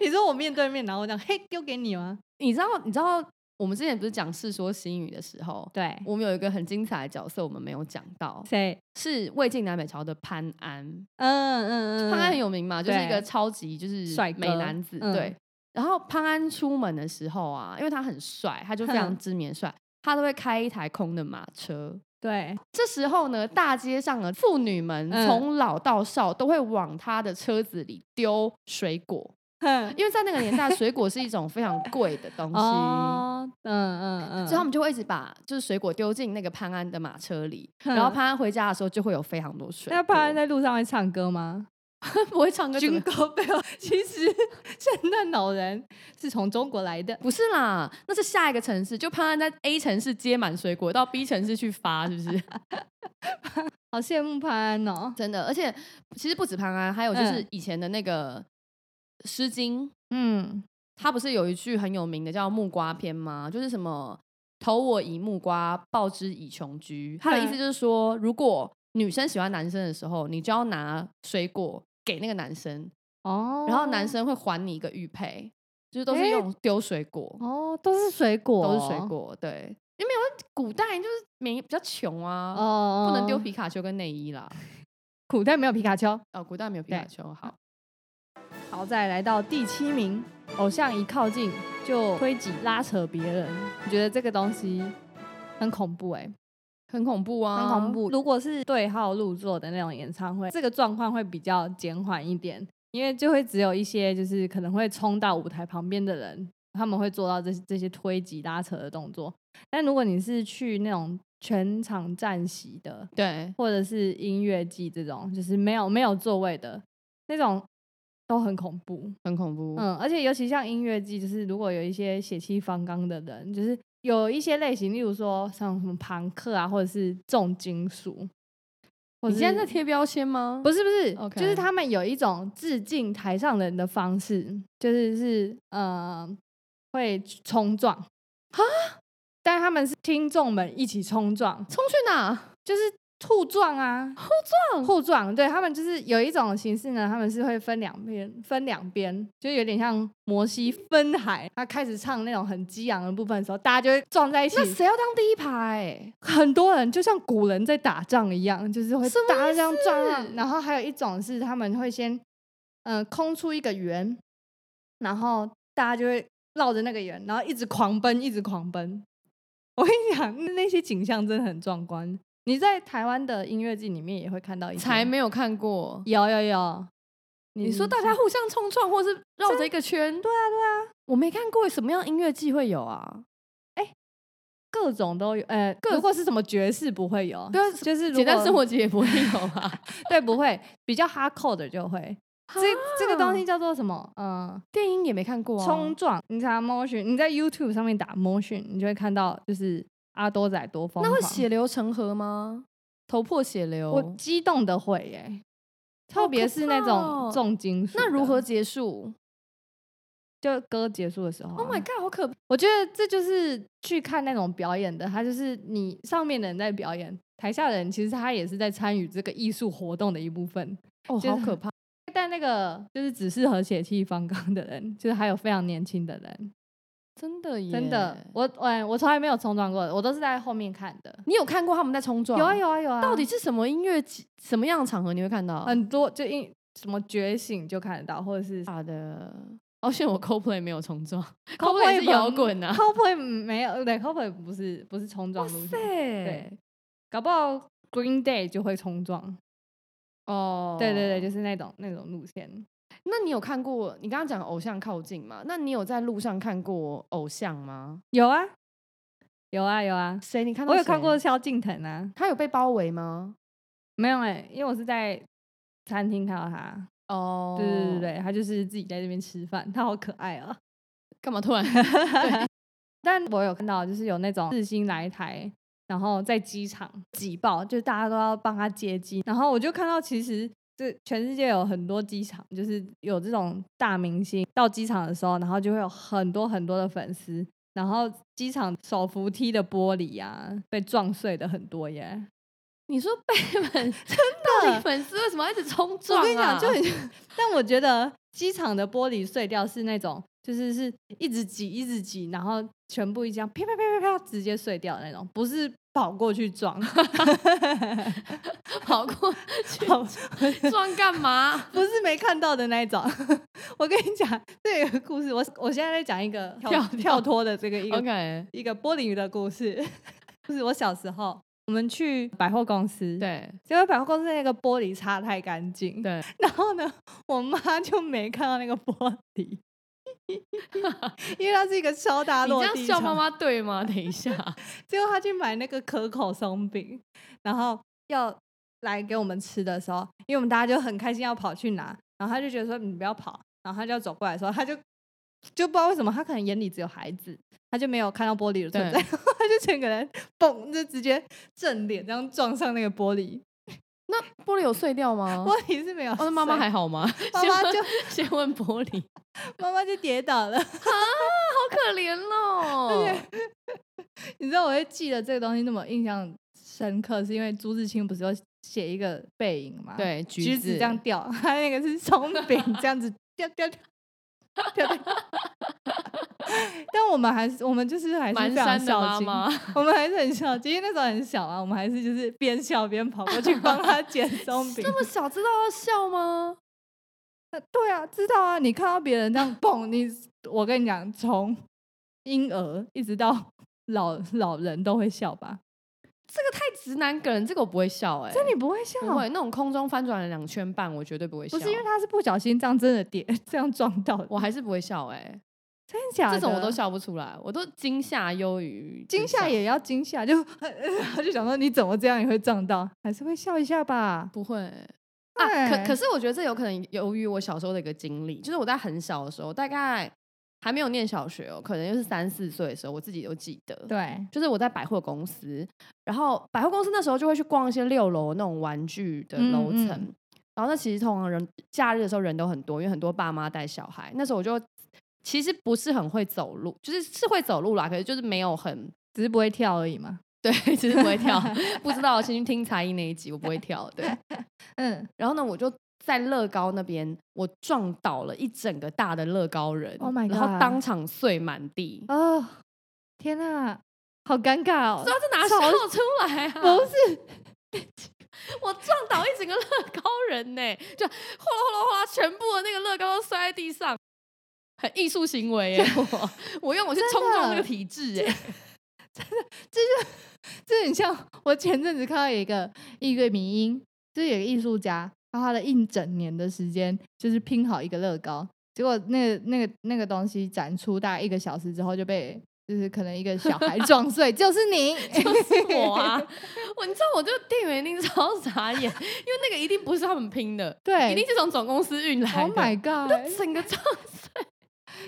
Speaker 2: 你说我面对面，然后我讲嘿，丢给你吗？
Speaker 1: 你知道，你知道我们之前不是讲《世说新语》的时候，
Speaker 2: 对，
Speaker 1: 我们有一个很精彩的角色，我们没有讲到，
Speaker 2: 谁？
Speaker 1: 是魏晋南北朝的潘安。
Speaker 2: 嗯嗯嗯，
Speaker 1: 潘安很有名嘛，就是一个
Speaker 2: 对
Speaker 1: 超级就是
Speaker 2: 帅哥
Speaker 1: 美男子，
Speaker 2: 嗯
Speaker 1: 对。然后潘安出门的时候啊，因为他很帅，他就非常
Speaker 2: 哼
Speaker 1: 知名帅，他都会开一台空的马车。
Speaker 2: 对，
Speaker 1: 这时候呢，大街上的妇女们
Speaker 2: 嗯
Speaker 1: 从老到少都会往他的车子里丢水果，
Speaker 2: 哼，
Speaker 1: 因为在那个年代，水果是一种非常贵的东西。
Speaker 2: 哦，嗯嗯嗯，
Speaker 1: 所以他们就会一直把就是水果丢进那个潘安的马车里，然后
Speaker 2: 嗯
Speaker 1: 潘安回家的时候就会有非常多水果。
Speaker 2: 那潘安在路上会唱歌吗？
Speaker 1: 不会唱歌，怎么
Speaker 2: 军歌背后， 其实圣诞老人是从中国来的。
Speaker 1: 不是啦，那是下一个城市。就潘安在 A 城市接满水果到 B 城市去发，是不是？
Speaker 2: 好羡慕潘安哦。
Speaker 1: 真的，而且其实不止潘安，啊还有就是
Speaker 2: 嗯
Speaker 1: 以前的那个《诗经》，
Speaker 2: 嗯，
Speaker 1: 它不是有一句很有名的叫《木瓜篇》吗？就是什么“投我以木瓜，报之以琼琚”。它的意思
Speaker 2: 嗯
Speaker 1: 就是说，如果女生喜欢男生的时候，你就要拿水果给那个男生，
Speaker 2: 哦，
Speaker 1: 然后男生会还你一个玉佩，就是都是
Speaker 2: 诶
Speaker 1: 用丢水果，
Speaker 2: 哦都是水果，
Speaker 1: 都是水果。对，因为有古代就是免比较穷啊，
Speaker 2: 哦，
Speaker 1: 不能丢。皮卡丘跟内衣啦。
Speaker 2: 古代没有皮卡丘。
Speaker 1: 哦，古代没有皮
Speaker 2: 对
Speaker 1: 卡丘，好，
Speaker 2: 好，再来到第七名，偶像一靠近就推挤拉扯别人，我觉得这个东西很恐怖哎、
Speaker 1: 很恐怖啊，
Speaker 2: 很恐。怖。如果是对号入座的那种演唱会，这个状况会比较减缓一点，因为就会只有一些就是可能会冲到舞台旁边的人，他们会做到这这些推挤拉扯的动作。但如果你是去那种全场站席的，
Speaker 1: 对，
Speaker 2: 或者是音乐季这种，就是没有没有座位的那种，都很恐怖。
Speaker 1: 很恐怖。
Speaker 2: 嗯，而且尤其像音乐季，就是如果有一些血气方刚的人，就是有一些类型，例如说像什么朋克啊，或者是重金属，或
Speaker 1: 你现在
Speaker 2: 是
Speaker 1: 在贴标签吗？
Speaker 2: 不是不是
Speaker 1: OK
Speaker 2: 就是他们有一种致敬台上人的方式，就是是呃会冲撞啊，但他们是听众们一起冲撞，
Speaker 1: 冲去哪？
Speaker 2: 就是互撞啊，互
Speaker 1: 撞
Speaker 2: 互撞，对他们就是有一种形式呢，他们是会分两边，分两边，就有点像摩西分海，他开始唱那种很激昂的部分的时候，大家就会撞在一起
Speaker 1: 那，谁要当第一排？
Speaker 2: 很多人就像古人在打仗一样，就是会
Speaker 1: 什么
Speaker 2: 大家这样撞啊
Speaker 1: 意思，
Speaker 2: 然后还有一种是他们会先嗯、呃空出一个圆，然后大家就会绕着那个圆，然后一直狂奔，一直狂奔。 我跟你讲，那那些景象真的很壮观。你在台湾的音乐季里面也会看到一些，
Speaker 1: 才没有看过。
Speaker 2: 有有有。
Speaker 1: 你说大家互相冲撞，或是绕着一个圈？对啊，对啊，我没看过什么样音乐季会有啊？
Speaker 2: 各种都有，呃，如果是什么爵士不会有，
Speaker 1: 对啊
Speaker 2: 就是如
Speaker 1: 简单
Speaker 2: 果
Speaker 1: 生活节也不会有啊。啊
Speaker 2: 对不会，比较哈扣的就会。这这个东西叫做什么？嗯、
Speaker 1: 电影也没看过、啊，
Speaker 2: 冲撞。你查 motion，你在 YouTube 上面打 motion，你就会看到就是阿多仔多疯
Speaker 1: 那
Speaker 2: 狂。
Speaker 1: 会血流成河吗？头破血流，
Speaker 2: 我激动的会耶、
Speaker 1: 好
Speaker 2: 特别
Speaker 1: 可
Speaker 2: 是那
Speaker 1: 怕哦
Speaker 2: 种重金属的。
Speaker 1: 那如何结束
Speaker 2: 就歌结束的时候啊、
Speaker 1: ？Oh my god，好可怕！
Speaker 2: 我觉得这就是去看那种表演的，他就是你上面的人在表演，台下的人其实他也是在参与这个艺术活动的一部分。
Speaker 1: 哦，
Speaker 2: 就是
Speaker 1: 好可怕！
Speaker 2: 但那个就是只适合血气方刚的人，就是还有非常年轻的人，
Speaker 1: 真的耶，
Speaker 2: 真的，我哎我我从来没有冲撞过，我都是在后面看的。
Speaker 1: 你有看过他们在冲撞？
Speaker 2: 有啊呃有啊有啊，
Speaker 1: 到底是什么音乐节、什么样的场合你会看到？呃
Speaker 2: 很多就因什么觉醒就看得到，或者是
Speaker 1: 大的。哦，现在我 Coldplay 没有冲撞
Speaker 2: Coldplay
Speaker 1: 是摇 滚啊。
Speaker 2: Coldplay 没有，对 Coldplay 不是不是冲撞路线，
Speaker 1: 对
Speaker 2: 对，搞不好 Green Day 就会冲撞，
Speaker 1: 哦，
Speaker 2: 对对对，就是那种那种路线。
Speaker 1: 那你有看过？你刚刚讲偶像靠近嘛？那你有在路上看过偶像吗？
Speaker 2: 有啊，有啊，有啊，
Speaker 1: 谁？你看到
Speaker 2: 我有看
Speaker 1: 谁
Speaker 2: 过，萧敬腾啊，
Speaker 1: 他有被包围吗？
Speaker 2: 没有哎、因为我是在餐厅看到他，
Speaker 1: 哦
Speaker 2: 对对对，对，他就是自己在这边吃饭，他好可爱啊。
Speaker 1: 干嘛突 然？
Speaker 2: 但我有看到，就是有那种日星来台，然后在机场挤爆，就大家都要帮他接机。然后我就看到，其实这全世界有很多机场，就是有这种大明星到机场的时候，然后就会有很多很多的粉丝。然后机场手扶梯的玻璃啊，被撞碎的很多耶。
Speaker 1: 你说被粉 真的粉丝为什么要一直冲撞、啊？
Speaker 2: 我跟你讲， 就很， 但我觉得机场的玻璃碎掉是那种，就是是一直挤，一直挤，然后全部一这样啪啪啪啪啪直接碎掉的那种，不是跑过 去撞，
Speaker 1: 跑过去
Speaker 2: 跑
Speaker 1: 撞干嘛？
Speaker 2: 不是没看到的那一种。 我跟你讲，这有个故事，我我现在在讲一个跳
Speaker 1: 跳
Speaker 2: 跳脱的这个 一个
Speaker 1: OK，
Speaker 2: 一个玻璃鱼的故事， 就是我小时候。我们去百货公司，，
Speaker 1: 对
Speaker 2: 结果百货公司那个玻璃擦太干净，
Speaker 1: 对，
Speaker 2: 然后呢，我妈就没看到那个玻 璃，因为它是一个超大
Speaker 1: 你
Speaker 2: 落
Speaker 1: 这样
Speaker 2: 地
Speaker 1: 笑妈
Speaker 2: 窗。
Speaker 1: 妈对吗？等一下，
Speaker 2: 结果她去买那个可口松饼，然后要来给我们吃的时候，因为我们大家就很开心要跑去拿，然后她就觉得说你不要跑，然后她就要走过来的时候，她就就不知道为什么，她可能眼里只有孩子，她就没有看到玻璃的存在，
Speaker 1: 对
Speaker 2: 然后她就整个人嘣就直接正脸这样撞上那个玻璃，
Speaker 1: 那玻璃有碎掉 吗？
Speaker 2: 玻璃是没有碎。
Speaker 1: 哦，那妈妈还好吗？
Speaker 2: 妈
Speaker 1: 先
Speaker 2: 妈
Speaker 1: 问
Speaker 2: 就
Speaker 1: 先问玻璃，
Speaker 2: 妈妈就跌倒 了。
Speaker 1: 好可怜哦。
Speaker 2: 你知道我会记得这个东西那么印象深刻，是因为朱自清不是有写一个背影嘛？，
Speaker 1: 对，啊
Speaker 2: 橘
Speaker 1: 子
Speaker 2: 这样掉，他那个是松 饼这样子掉掉掉掉掉。但我们还是，我们就是还是
Speaker 1: 蛮
Speaker 2: 非常
Speaker 1: 山的
Speaker 2: 孝
Speaker 1: 妈
Speaker 2: 敬，
Speaker 1: 妈，
Speaker 2: 我们还是很孝敬，因为那时候很小啊，我们还是就是边笑边跑 过去帮他捡松饼
Speaker 1: 这。么小知道要笑吗？
Speaker 2: 呃对啊，知道啊，你看到别人 这样蹦，你我跟你讲，从婴儿一直到 老老人都会笑吧？
Speaker 1: 太直男梗，这个我不会笑哎、
Speaker 2: 这你不会笑？
Speaker 1: 不会那种空中翻转了两圈半，我绝对不会笑。
Speaker 2: 不是因为他是不小心这样真的跌， 这样撞到的，
Speaker 1: 我还是不会笑哎、
Speaker 2: 真假
Speaker 1: 这
Speaker 2: 的？
Speaker 1: 种我都笑不出来，我都惊吓优于
Speaker 2: 惊
Speaker 1: 之上
Speaker 2: 吓也要惊吓，就 他就想说你怎么这样也会撞到，还是会笑一下 吧？
Speaker 1: 不会。啊，可
Speaker 2: 对
Speaker 1: 可是我觉得这有可能由于我小时候的一个经历，就是我在很小的时候，大概还没有念小学哦，可能就是三四岁的时候，我自己都记得。
Speaker 2: 对，
Speaker 1: 就是我在百货公司，然后百货公司那时候就会去逛一些六楼那种玩具的
Speaker 2: 嗯
Speaker 1: 楼层，
Speaker 2: 嗯
Speaker 1: 然后那其实通常人假日的时候人都很多，因为很多爸妈带小孩。那时候我就其实不是很会走路，就是是会走路啦，可是就是没有很
Speaker 2: 只是不会跳而已嘛。
Speaker 1: 对， 就是不会跳。不知道先去听才艺那一集，我不会跳。 对，
Speaker 2: 嗯，
Speaker 1: 然后呢，我就在乐高那边，我撞倒了一整个大的乐高人
Speaker 2: Oh my
Speaker 1: 然后
Speaker 2: god
Speaker 1: 当场碎满地。
Speaker 2: 哦，天哪、好尴尬哦
Speaker 1: 不知！道在哪
Speaker 2: 超
Speaker 1: 笑出来啊！
Speaker 2: 不是，
Speaker 1: 我撞倒一整个乐高人呢、就哗啦哗啦哗啦，全部的那个乐高都摔在地上，很艺术行为 耶、我我用我去冲撞那个体制耶、
Speaker 2: 这很像我前阵子看到有一个一个迷音，就是有个艺术家，他花了一整年的时间，就是拼好一个乐高，结果那个那个那个东西展出大概一个小时之后就被就是可能一个小孩撞碎， 就是你，
Speaker 1: 就是我啊！我你知道，我对店员一定超傻眼，因为那个一定不是他们拼的，
Speaker 2: 对
Speaker 1: 一定是从总公司运来
Speaker 2: ，Oh
Speaker 1: 的。
Speaker 2: my god！
Speaker 1: 整个撞死，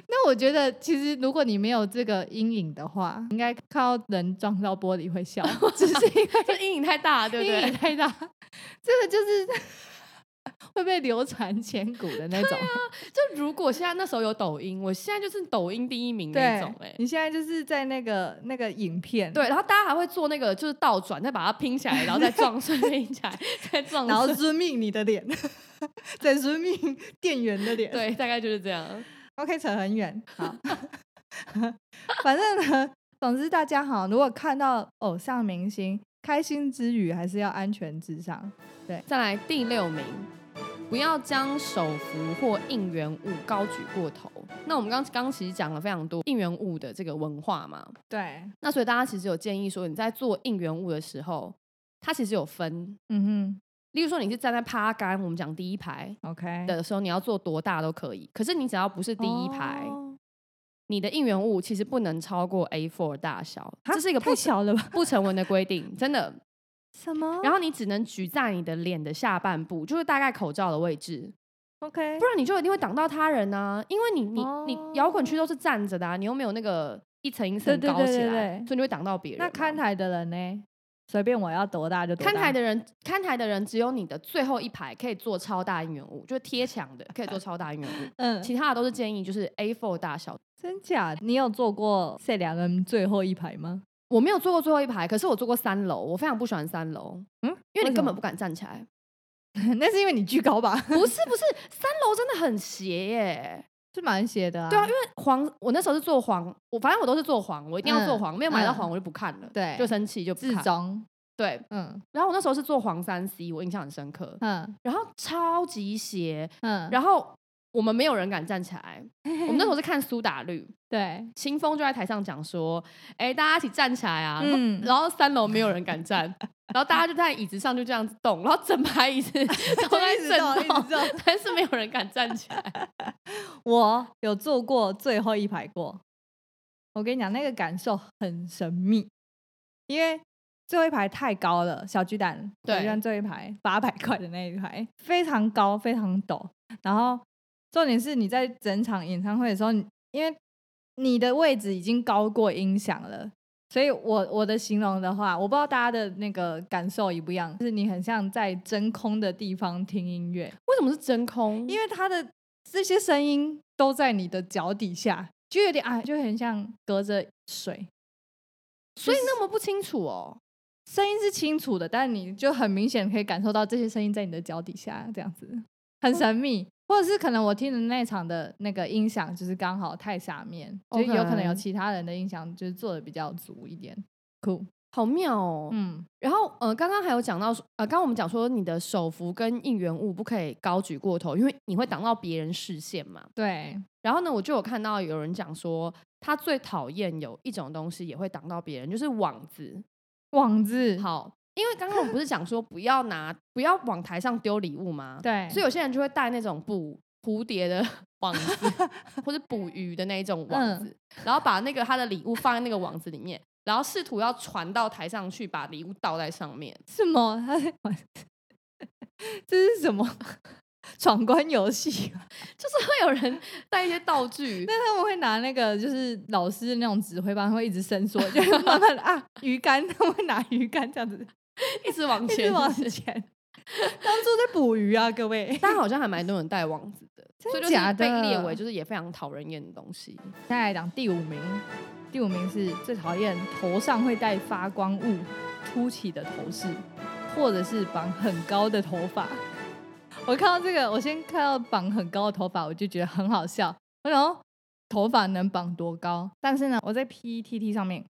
Speaker 2: 那我觉得，其实如果你没有这个阴影的话，应该看到人撞到玻璃会 笑，只是因
Speaker 1: 这阴影太大了，对
Speaker 2: 为
Speaker 1: 不
Speaker 2: 阴影
Speaker 1: 对？
Speaker 2: 太大， 这个就是 会被流传千古的那种。
Speaker 1: 啊就如果现在那时候有抖音，我现在就是抖音第一名那种、哎。
Speaker 2: 你现在就是在那个那个影片，
Speaker 1: 对，然后大家还会做那个，就是倒转，再把它拼起来，然后再 撞碎，拼起来，再撞
Speaker 2: 然后
Speaker 1: 碎，
Speaker 2: 遵命你的脸， 再遵命店员的脸。
Speaker 1: 对，大概就是这样。
Speaker 2: ，OK，扯 很远。好， 反正呢，总之大家好，如果看到偶像明星，开心之余还是要安全至上。
Speaker 1: 再来第六名，不要将手幅或应援物高举过头。那我们刚刚其实讲了非常多应援物的这个文化嘛，
Speaker 2: 对，
Speaker 1: 那所以大家其实有建议说，你在做应援物的时候，它其实有分，
Speaker 2: 嗯
Speaker 1: 例如说你是站在趴杆，我们讲第一排
Speaker 2: 哼，OK，
Speaker 1: 的时候，你要做多大都可以，可是你只要不是第一排，
Speaker 2: 哦
Speaker 1: 你的应援物其实不能超过 A4 大小，
Speaker 2: 哈
Speaker 1: 这是一个
Speaker 2: 太
Speaker 1: 不
Speaker 2: 小了吧？
Speaker 1: 不成文的规定，真的。
Speaker 2: 什么？
Speaker 1: 然
Speaker 2: 后
Speaker 1: 后你只能举在你的脸的下半部，就是大概口罩的位置。
Speaker 2: OK，
Speaker 1: 不然你就一定会挡到他人啊，因为你你、你
Speaker 2: 哦
Speaker 1: 摇滚区都是站着的、啊，你又没有那个一层一层
Speaker 2: 对对
Speaker 1: 高
Speaker 2: 对
Speaker 1: 起来，
Speaker 2: 对对
Speaker 1: 所以你会挡到别人嘛。
Speaker 2: 那看台的人呢？随便我要多大就多大。
Speaker 1: 看台的人，看台的人只有你的最后一排可以做超大应援物，就是贴墙的可以做超大应援 物，
Speaker 2: 嗯，
Speaker 1: 其他的都是建议就是 A4 大小。
Speaker 2: 真假？你有坐过这两个人最后一排吗？
Speaker 1: 我没有坐过最后一排，可是我坐过三楼，我非常不喜欢三楼，
Speaker 2: 嗯，
Speaker 1: 因为
Speaker 2: 为
Speaker 1: 你
Speaker 2: 什
Speaker 1: 根本
Speaker 2: 么
Speaker 1: 不敢站起来。
Speaker 2: 那是因为你巨高吧？
Speaker 1: 不是不是，三楼真的很斜耶、
Speaker 2: 是蛮斜的啊。
Speaker 1: 对啊，因为黄，我那时候是做黄，我反正我都是做黄，我一定要做
Speaker 2: 嗯
Speaker 1: 黄，没有买到
Speaker 2: 嗯
Speaker 1: 黄我就不看了，
Speaker 2: 对
Speaker 1: 就生气就不
Speaker 2: 至
Speaker 1: 看。
Speaker 2: 中，
Speaker 1: 对，
Speaker 2: 嗯
Speaker 1: 然后我那时候是做黄三 C，我印象很深刻，
Speaker 2: 嗯
Speaker 1: 然后超级斜，
Speaker 2: 嗯，
Speaker 1: 然后我们没有人敢站起 来，我们那时候是看苏打绿。
Speaker 2: 对，
Speaker 1: 清风就在台上讲说：“哎、大家一起站起来啊！”
Speaker 2: 嗯
Speaker 1: 然后三楼没有人敢 站，然后大家就在椅子上就这样子动，然后整排椅 子都在
Speaker 2: 一直动
Speaker 1: 震
Speaker 2: 一直动
Speaker 1: 但是没有人敢站 起来。
Speaker 2: 我有坐过最后一排过。我跟你讲，那个感受很神秘，因为最后一排太高了，小巨蛋
Speaker 1: 对
Speaker 2: 小巨蛋最后一排八百块的那一排，非常高，非常陡。然后重点是你在整场演唱会的时候，你因为你的位置已经高过音响了。所以我我的形容的话，我不知道大家的那个感受一不一样，就是你很像在真空的地方听音乐，
Speaker 1: 为什么是真空？
Speaker 2: 因为它的这些声音都在你的脚底下，就有点啊，就很像隔着水，
Speaker 1: 所以那么不清楚哦。
Speaker 2: 声音是清楚的，但你就很明显可以感受到这些声音在你的脚底下，这样子
Speaker 1: 嗯
Speaker 2: 很神秘。或者是可能我听的那场的那个音响就是刚好太下面，就
Speaker 1: OK
Speaker 2: 有可能有其他人的音响就是做的比较足一点。酷，
Speaker 1: 好妙哦！
Speaker 2: 嗯，
Speaker 1: 然后呃，刚刚还有讲到说，呃，刚刚我们讲说你的手幅跟应援物不可以高举过头，因为你会挡到别人视线嘛。
Speaker 2: 对，
Speaker 1: 然后呢，我就有看到有人讲说，他最讨厌有一种东西也会挡到别人，就是网子。
Speaker 2: 网子，，
Speaker 1: 好，因为刚刚我们不是讲说不要拿，不要往台上丢礼物吗？
Speaker 2: 对，
Speaker 1: 所以有些人就会带那种捕蝴蝶 的网子，或者捕鱼的那一种
Speaker 2: 嗯
Speaker 1: 网子，然后把那个他的礼物放在那个网子里面，然后试图要传到台上去，把礼物倒在上面。
Speaker 2: 什么？ 他在玩，这是什么 闯关游戏啊？，
Speaker 1: 就是会有人带一些道具
Speaker 2: 那他们会拿那个就是老师那种指挥棒，会一直伸缩， 就是慢慢的啊，鱼竿，他们会拿鱼竿这样子
Speaker 1: 一直往
Speaker 2: 一
Speaker 1: 前
Speaker 2: 直往
Speaker 1: 是不是
Speaker 2: 前， 当初在捕鱼啊，各位。
Speaker 1: 但好像还蛮多人带网子的，
Speaker 2: 真
Speaker 1: 所以就是
Speaker 2: 假
Speaker 1: 被
Speaker 2: 的
Speaker 1: 列为就是也非常讨人厌的东西。
Speaker 2: 再来讲第五名，第五名是最讨厌头上会戴发光物凸起的头饰，或者是绑很高的头发。我看到这个，我先看到绑很高的头发，我就觉得很好笑。我想说头发能绑多高？但是呢，我在 PTT 上面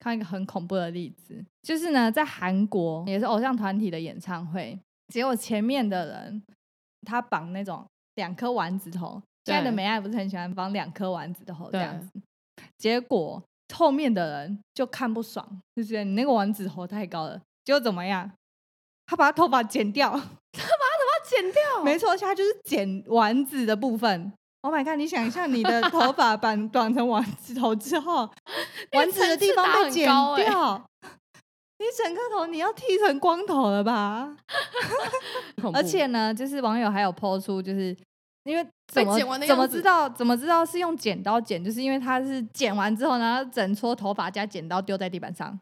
Speaker 2: 看一个很恐怖的例子，就是呢，在韩国也是偶像团体的演唱会，结果前面的人他绑那种两颗丸子头，现在的
Speaker 1: 对
Speaker 2: 美爱不是很喜欢绑两颗丸子头这样
Speaker 1: 对
Speaker 2: 子，结果后面的人就看不爽，就觉得你那个丸子头太高了，结果怎么样？他把他头发剪掉，
Speaker 1: 把它剪掉，
Speaker 2: 没错，他就是剪丸子的部分， Oh my god！你想一 下，你的头发绑短成丸子头之后，丸子的地方被
Speaker 1: 层次
Speaker 2: 剪
Speaker 1: 打很欸
Speaker 2: 掉， 你整个头你要剃成光头了吧？
Speaker 1: 恐怖
Speaker 2: 而且呢，就是网友还有抛出，就是因为怎么
Speaker 1: 被剪完的
Speaker 2: 怎么
Speaker 1: 样子
Speaker 2: 知道怎么知道是用剪刀剪，就是因为他是剪完之后，然后整撮头发加剪刀丢在地板上。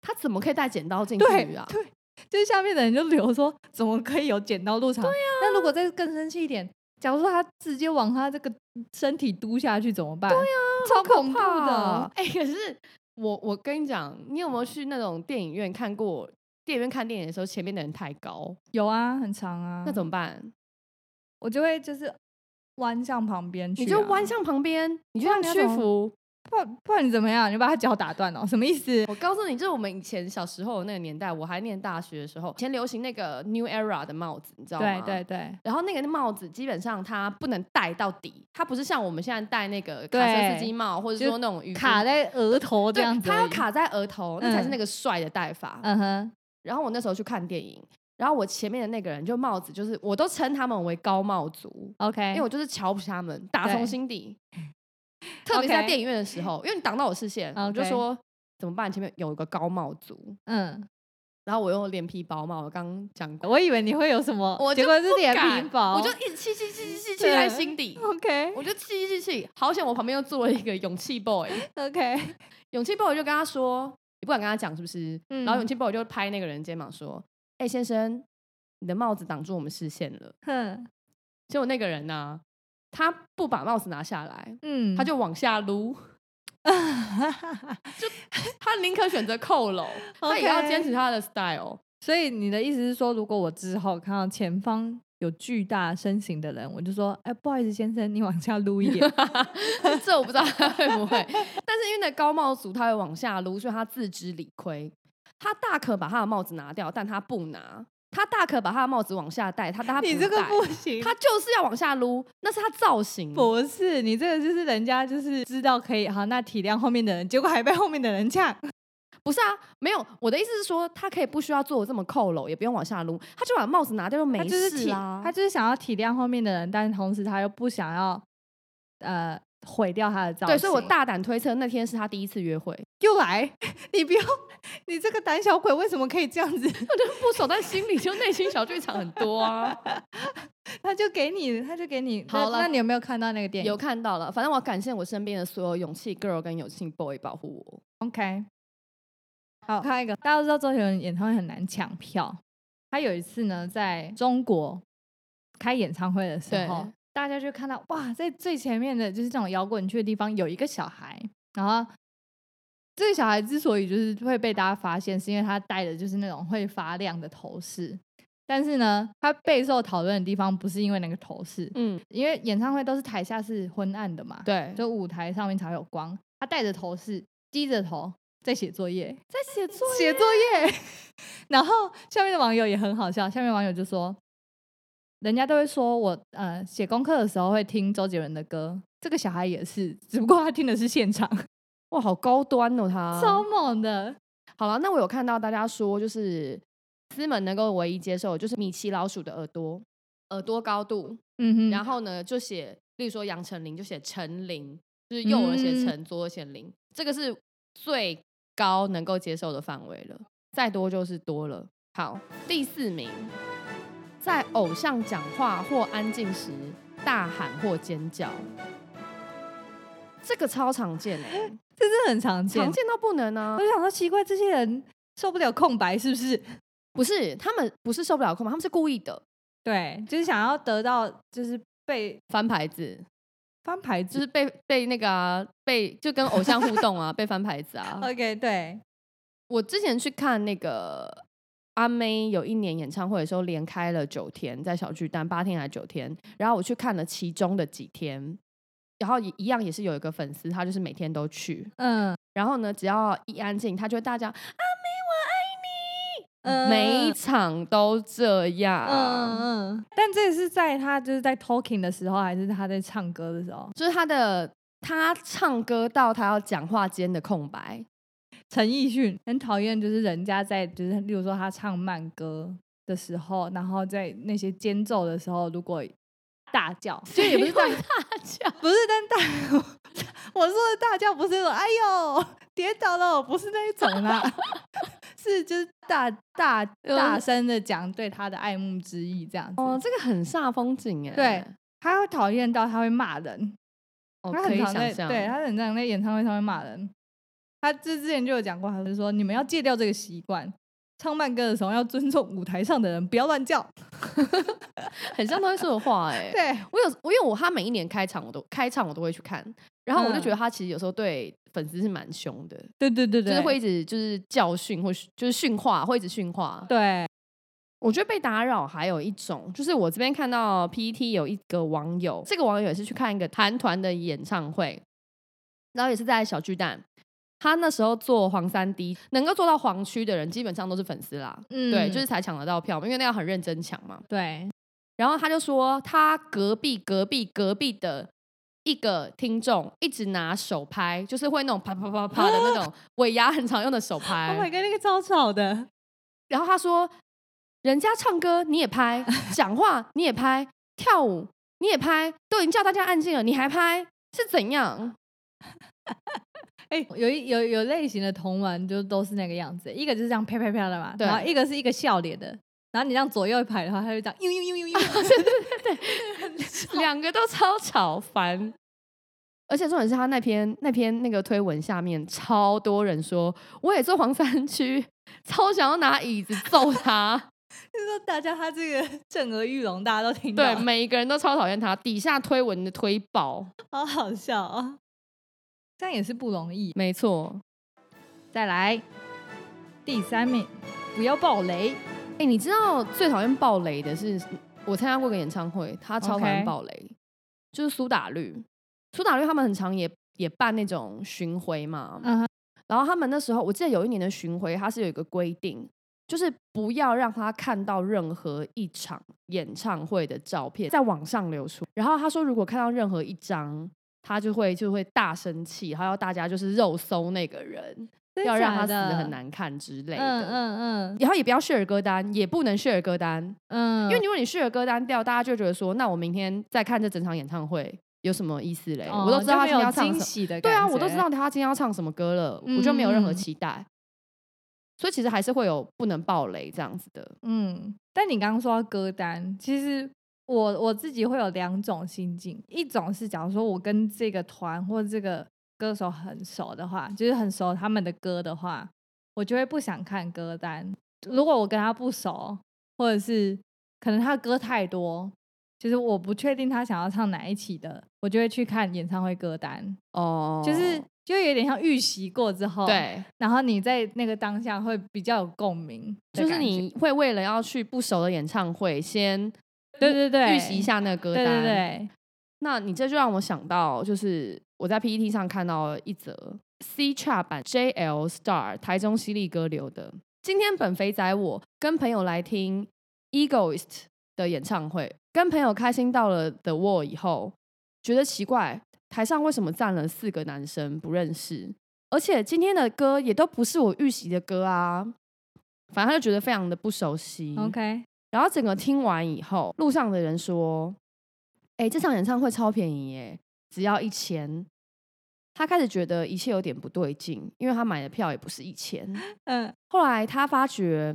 Speaker 1: 他怎么可以带剪刀进
Speaker 2: 对
Speaker 1: 去啊？
Speaker 2: 对，就是下面的人就留说，怎么可以有剪刀入场？对
Speaker 1: 啊
Speaker 2: 呀、那如果再更生气一点，假如说他直接往他这个身体嘟下去怎么办？对呀、
Speaker 1: 啊
Speaker 2: 超恐怖的。
Speaker 1: 哎、可是我我跟你讲，你有没有去那种电影院看过？电影院看电影的时候，前面的人太高，
Speaker 2: 有啊，很长啊。
Speaker 1: 那怎么办？
Speaker 2: 我就会就是弯向旁边去、
Speaker 1: 你就弯，向旁边，你就
Speaker 2: 不然
Speaker 1: 让
Speaker 2: 你要
Speaker 1: 屈
Speaker 2: 怎么
Speaker 1: 服。
Speaker 2: 不然不然你怎么样？你就把他脚打断哦？什么意思？
Speaker 1: 我告诉你，就是我们以前小时候的那个年代，我还念大学的时候，以前流行那个 New Era 的帽子，你知道吗？
Speaker 2: 对对。对。
Speaker 1: 然后那个帽子基本上它不能戴到底，它不是像我们现在戴那个卡车司机帽，或者
Speaker 2: 就
Speaker 1: 说那种渔夫
Speaker 2: 卡在额头这
Speaker 1: 对
Speaker 2: 样，子，
Speaker 1: 它要。卡在额头，那才是
Speaker 2: 嗯
Speaker 1: 那个帅的戴法。
Speaker 2: 嗯哼，
Speaker 1: 然后我那时候去看电影，然后我前面的那个人就帽子，就是我都称他们为高帽族，
Speaker 2: OK，
Speaker 1: 因为我就是瞧不起他们，打从
Speaker 2: 哎对
Speaker 1: 心 底。特别是在
Speaker 2: OK
Speaker 1: 电影院的时候，因为你挡到我视线，我就
Speaker 2: OK
Speaker 1: 说怎么办？前面有一个高帽族，
Speaker 2: 嗯，
Speaker 1: 然后我用脸皮薄嘛，我刚刚讲过，
Speaker 2: 我以为你会有什么，
Speaker 1: 我就
Speaker 2: 结果是
Speaker 1: 不
Speaker 2: 脸皮
Speaker 1: 敢
Speaker 2: 薄，
Speaker 1: 我就一直气气气气气气在
Speaker 2: 对
Speaker 1: 心底，
Speaker 2: OK
Speaker 1: 我就气气气气，好险我旁边又坐了一个勇气 boy，
Speaker 2: OK，
Speaker 1: 勇气 boy 就跟他说，你不敢跟他讲是不是？
Speaker 2: 嗯
Speaker 1: 然后勇气 boy 就拍那个人肩膀说，哎、先生，你的帽子挡住我们视线了。
Speaker 2: 哼，
Speaker 1: 结果那个人呢、他不把帽子拿下来，
Speaker 2: 嗯，
Speaker 1: 他就往下 撸，他宁可选择扣楼，他也要
Speaker 2: OK
Speaker 1: 坚持他的 style。
Speaker 2: 所以你的意思是说，如果我之后看到前方有巨大身形的人，我就说，哎、不好意思，先生，你往下撸一 点。
Speaker 1: 这我不知道他会不会，但是因为那高帽族他会往下撸，所以他自知理亏。他大可把他的帽子拿掉，但他不拿；他大可把他的帽子往下戴，他但他不戴。
Speaker 2: 你这个不行，
Speaker 1: 他就是要往下撸，那是他造型。
Speaker 2: 不是你这个就是人家就是知道可以，好，那体谅后面的人，结果还被后面的人呛。
Speaker 1: 不是啊，没有。我的意思是说，他可以不需要做这么扣楼，也不用往下撸，他就把帽子拿掉就
Speaker 2: 他
Speaker 1: 没
Speaker 2: 就是体，
Speaker 1: 事啦。
Speaker 2: 他就是想要体谅后面的人，但是同时他又不想要呃毁掉他的造型。
Speaker 1: 对，所以我大胆推测，那天是他第一次约会，
Speaker 2: 又来， 你不要，你这个胆小鬼为什么可以这样子？
Speaker 1: 我就不爽，但心里就内心小剧场很多 啊。
Speaker 2: 他就给你，他就给你。那
Speaker 1: 好了
Speaker 2: 那你有没有看到那个电影？
Speaker 1: 有看到了，反正我感谢我身边的所有勇气 girl 跟勇气 boy 保护我。
Speaker 2: OK，好，看一个，大家都知道周杰伦演唱会很难抢票。他有一次呢，在中国开演唱会的时候
Speaker 1: 对，
Speaker 2: 大家就看到哇，在最前面的就是这种摇滚区的地方有一个小孩，然后这个小孩之所以就是会被大家发现，是因为他戴的就是那种会发亮的头饰。但是呢，他备受讨论的地方不是因为那个头饰，
Speaker 1: 嗯，
Speaker 2: 因为演唱会都是台下是昏暗的嘛，
Speaker 1: 对，
Speaker 2: 就舞台上面才会有光。他戴着头饰，低着头在写作业，
Speaker 1: 在写作
Speaker 2: 写作业。 然后下面的网友也很好笑，下面网友就说，人家都会说我呃写功课的时候会听周杰伦的歌，这个小孩也是，只不过他听的是现场，
Speaker 1: 哇，好高端哦他。
Speaker 2: 超猛的。
Speaker 1: 好了，那我有看到大家说，就是司门能够唯一接受的就是米奇老鼠的耳朵，耳朵高度，
Speaker 2: 嗯哼，
Speaker 1: 然后呢就写，例如说杨丞琳就写陈琳，就是右耳写
Speaker 2: 嗯
Speaker 1: 陈，左耳写琳，这个是最高能够接受的范围了，再多就是多了。好，第四名，在偶像讲话或安静时大喊或尖叫，这个超常见哎、
Speaker 2: 这是很常见。
Speaker 1: 常见到不能啊
Speaker 2: 我！就想说奇怪，这些人受不了空白是不是？
Speaker 1: 不是，他们不是受不了空白，他们是故意的
Speaker 2: 对，就是想要得到就是被
Speaker 1: 翻牌子，
Speaker 2: 翻牌子，
Speaker 1: 就是被被那个、啊、被就跟偶像互动啊，被翻牌子 啊。
Speaker 2: OK 对，
Speaker 1: 我之前去看那个阿妹有一年演唱会的时候，连开了九天，在小巨蛋八天还是九天，然后我去看了其中的几天，然后一一样也是有一个粉丝，他就是每天都去，
Speaker 2: 嗯
Speaker 1: 然后呢，只要一安静，他就会大家
Speaker 2: 嗯，
Speaker 1: 每一场都这样。
Speaker 2: 嗯嗯，但这是在他就是在 talking 的时候，还是他在唱歌的时候？
Speaker 1: 就是他的他唱歌到他要讲话间的空白，
Speaker 2: 陈奕迅很讨厌，就是人家在就是，例如说他唱慢歌的时候，然后在那些间奏的时候，如果大叫，就也不是大，
Speaker 1: 大叫，
Speaker 2: 不是但大， 我说的大叫不是说哎呦跌倒了，不是那一种啦， 是就是大大大声的讲对他的爱慕之意这样子。
Speaker 1: 哦，这个很煞风景哎，
Speaker 2: 对，他会讨厌到他会骂人，
Speaker 1: 哦，
Speaker 2: 他
Speaker 1: 可
Speaker 2: 很
Speaker 1: 以
Speaker 2: 常
Speaker 1: 想
Speaker 2: 在
Speaker 1: 象，
Speaker 2: 对他很常在演唱会上面骂人。他之之前就有讲过，他就说你们要戒掉这个习惯，唱慢歌的时候要尊重舞台上的人，不要乱叫。
Speaker 1: 很像他会说的 话哎。
Speaker 2: 对，
Speaker 1: 我有，我因为我他每一年开场我都开场我都会去看，然后我就
Speaker 2: 嗯
Speaker 1: 觉得他其实有时候对粉丝是蛮凶的，
Speaker 2: 对对对对，
Speaker 1: 就是会一直就是教训或是就是训话，会一直训话。
Speaker 2: 对，
Speaker 1: 我觉得被打扰还有一种，就是我这边看到 PET 有一个网友，这个网友也是去看一个韩团的演唱会，然后也是在小巨蛋。他那时候做黄三 D，能够做到黄区的人，基本上都是粉丝啦。
Speaker 2: 嗯
Speaker 1: 对，就是才抢得到票嘛，因为那要很认真抢嘛。
Speaker 2: 对，
Speaker 1: 然后他就说，他隔壁隔壁隔壁的一个听众一直拿手拍，就是会那种啪啪啪啪的那 种尾牙很常用的手拍。
Speaker 2: Oh my god，那个超吵的，
Speaker 1: 然后他说，人家唱歌你也拍，讲话你也拍，跳舞你也拍，都已经叫大家安静了，你还拍，是怎 样？
Speaker 2: 哎、有一有有类型的同文就都是那个样子，一个就是这样啪啪啪的嘛，
Speaker 1: 对
Speaker 2: 然后一个是一个笑脸的，然后你这样左右一排的话，他就这样呦呦呦 呦呦，
Speaker 1: 两个都超吵烦。而且重点是他那篇那篇那个推文下面超多人说，我也做黄山区，超想要拿椅子揍他。
Speaker 2: 就是说大家他这个 震耳欲聋，大家都听到
Speaker 1: 对，，每一个人都超讨厌他，底下推文的推爆，
Speaker 2: 好好笑啊、这样也是不容易。
Speaker 1: 没错。
Speaker 2: 再来第三名，不要爆雷，
Speaker 1: 哎、你知道最讨厌爆雷的是，我参加过一个演唱会，他超讨厌
Speaker 2: OK
Speaker 1: 爆雷就是苏打绿。苏打绿他们很常也也办那种巡回嘛，
Speaker 2: 嗯哼
Speaker 1: 然后他们那时候我记得有一年的巡回，它是有一个规定，就是不要让他看到任何一场演唱会的照片在网上流出。然后他说，如果看到任何一张，他就会就会大生气，还要大家就是肉搜那个人，
Speaker 2: 真
Speaker 1: 要让
Speaker 2: 假
Speaker 1: 他死
Speaker 2: 的
Speaker 1: 的很。难看之类
Speaker 2: 嗯
Speaker 1: 的。
Speaker 2: 嗯嗯
Speaker 1: 然后也不要 share 歌单，也不能 share 歌单，因
Speaker 2: 嗯，
Speaker 1: 为如果你 share 歌单掉，大家就觉得说，那我明天再看这整场演唱会有什么意思嘞？
Speaker 2: 哦
Speaker 1: 我都知道他今
Speaker 2: 就没
Speaker 1: 天
Speaker 2: 有
Speaker 1: 要唱什
Speaker 2: 惊
Speaker 1: 么，
Speaker 2: 喜的，嗯
Speaker 1: 对啊，我都知道。他今天要唱什么歌了，我就没有任何期待。所以其实还是会有不能爆雷这样子的，
Speaker 2: 嗯，但你刚刚说到歌单，其实我我自己会有两种心境，一种是假如说我跟这个团或这个歌手很熟的话，就是很熟他们的歌的话，我就会不想看歌单。如果我跟他不熟，或者是可能他的歌太多，就是我不确定他想要唱哪一期的，我就会去看演唱会歌单，
Speaker 1: 哦
Speaker 2: 就是就有点像预习过之后，，
Speaker 1: 对，
Speaker 2: 然后你在那个当下会比较有共鸣的
Speaker 1: 就
Speaker 2: 感觉，
Speaker 1: 是你会为了要去不熟的演唱会，先
Speaker 2: 对对对
Speaker 1: 预习一下那个歌
Speaker 2: 对
Speaker 1: 单。
Speaker 2: 对对，
Speaker 1: 那你这就让我想到，就是我在 PPT 上看到了一则 C Trap 版 JL Star 台中犀利哥留的。今天本肥仔我跟朋友来听 Egoist 的演唱会，跟朋友开心到了 The Wall 以后，觉得奇怪，台上为什么站了四个男生不认识？而且今天的歌也都不是我预习的歌啊，反正他就觉得非常的不熟悉。
Speaker 2: OK，
Speaker 1: 然后整个听完以后，路上的人说：“哎、这场演唱会超便宜耶，只要一千。”他开始觉得一切有点不对劲，因为他买的票也不是一 千。
Speaker 2: 嗯，
Speaker 1: 后来他发觉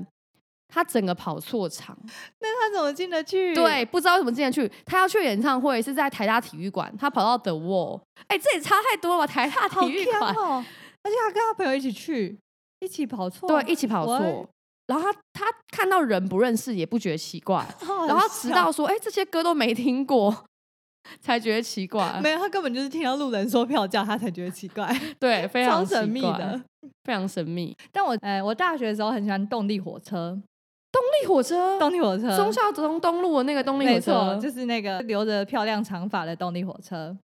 Speaker 1: 他整个跑错场，
Speaker 2: 那他怎么进得去？
Speaker 1: 对，不知道怎么进得去。他要去演唱会是在台大体育馆，他跑到 The Wall，哎、这也差太多了吧？台大
Speaker 2: 好
Speaker 1: 体育
Speaker 2: 强
Speaker 1: 馆，
Speaker 2: 哦！而且他跟他朋友一起去，一起跑错，
Speaker 1: 对，一起跑
Speaker 2: 喂
Speaker 1: 错。然后他他看到人不认识也不觉得奇怪，
Speaker 2: 好好
Speaker 1: 然后直
Speaker 2: 笑
Speaker 1: 到说，哎、这些歌都没听过， 才觉得奇怪。
Speaker 2: 没有，他根本就是听到路人说票价，他才觉得奇怪，
Speaker 1: 对，非
Speaker 2: 超
Speaker 1: 常奇
Speaker 2: 神秘
Speaker 1: 怪
Speaker 2: 的，。
Speaker 1: 非常神秘。
Speaker 2: 但我哎，我大学的时候很喜欢动力火车，
Speaker 1: 动力火车，
Speaker 2: 动力火车，
Speaker 1: 忠孝东东路的那个动力火
Speaker 2: 没错，
Speaker 1: 车，
Speaker 2: 就是那个留着漂亮长发的动力火车。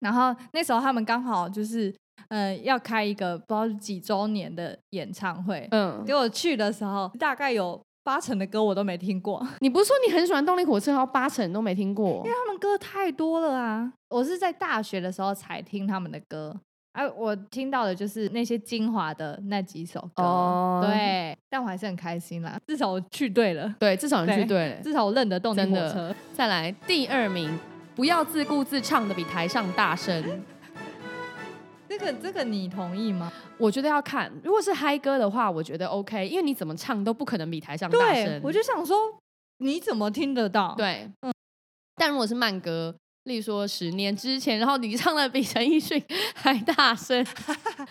Speaker 2: 然后那时候他们刚好就是呃要开一个不知道是几周年的演唱会，
Speaker 1: 嗯，
Speaker 2: 结果去的时候大概有八成的歌我都没听过，
Speaker 1: 你不是说你很喜欢动力火车，然后八成都没听过
Speaker 2: 啊因为？他们歌太多了啊！我是在大学的时候才听他们的歌，哎、我听到的就是那些精华的那几首歌，
Speaker 1: 哦
Speaker 2: 对，但我还是很开心啦，至少我去对了，
Speaker 1: 对，至少你去
Speaker 2: 对
Speaker 1: 对了。
Speaker 2: 至少我认得动力
Speaker 1: 真
Speaker 2: 火
Speaker 1: 的
Speaker 2: 车。
Speaker 1: 再来第二名，不要自顾自唱的比台上大声。
Speaker 2: 这个这个你同意吗？
Speaker 1: 我觉得要看，如果是嗨歌的话，我觉得 OK，因为你怎么唱都不可能比台上大
Speaker 2: 对
Speaker 1: 声，。
Speaker 2: 我就想说你怎么听得到？，
Speaker 1: 对，但如果是慢歌，例如说十年之前，然后你唱的比陈奕迅 还大声，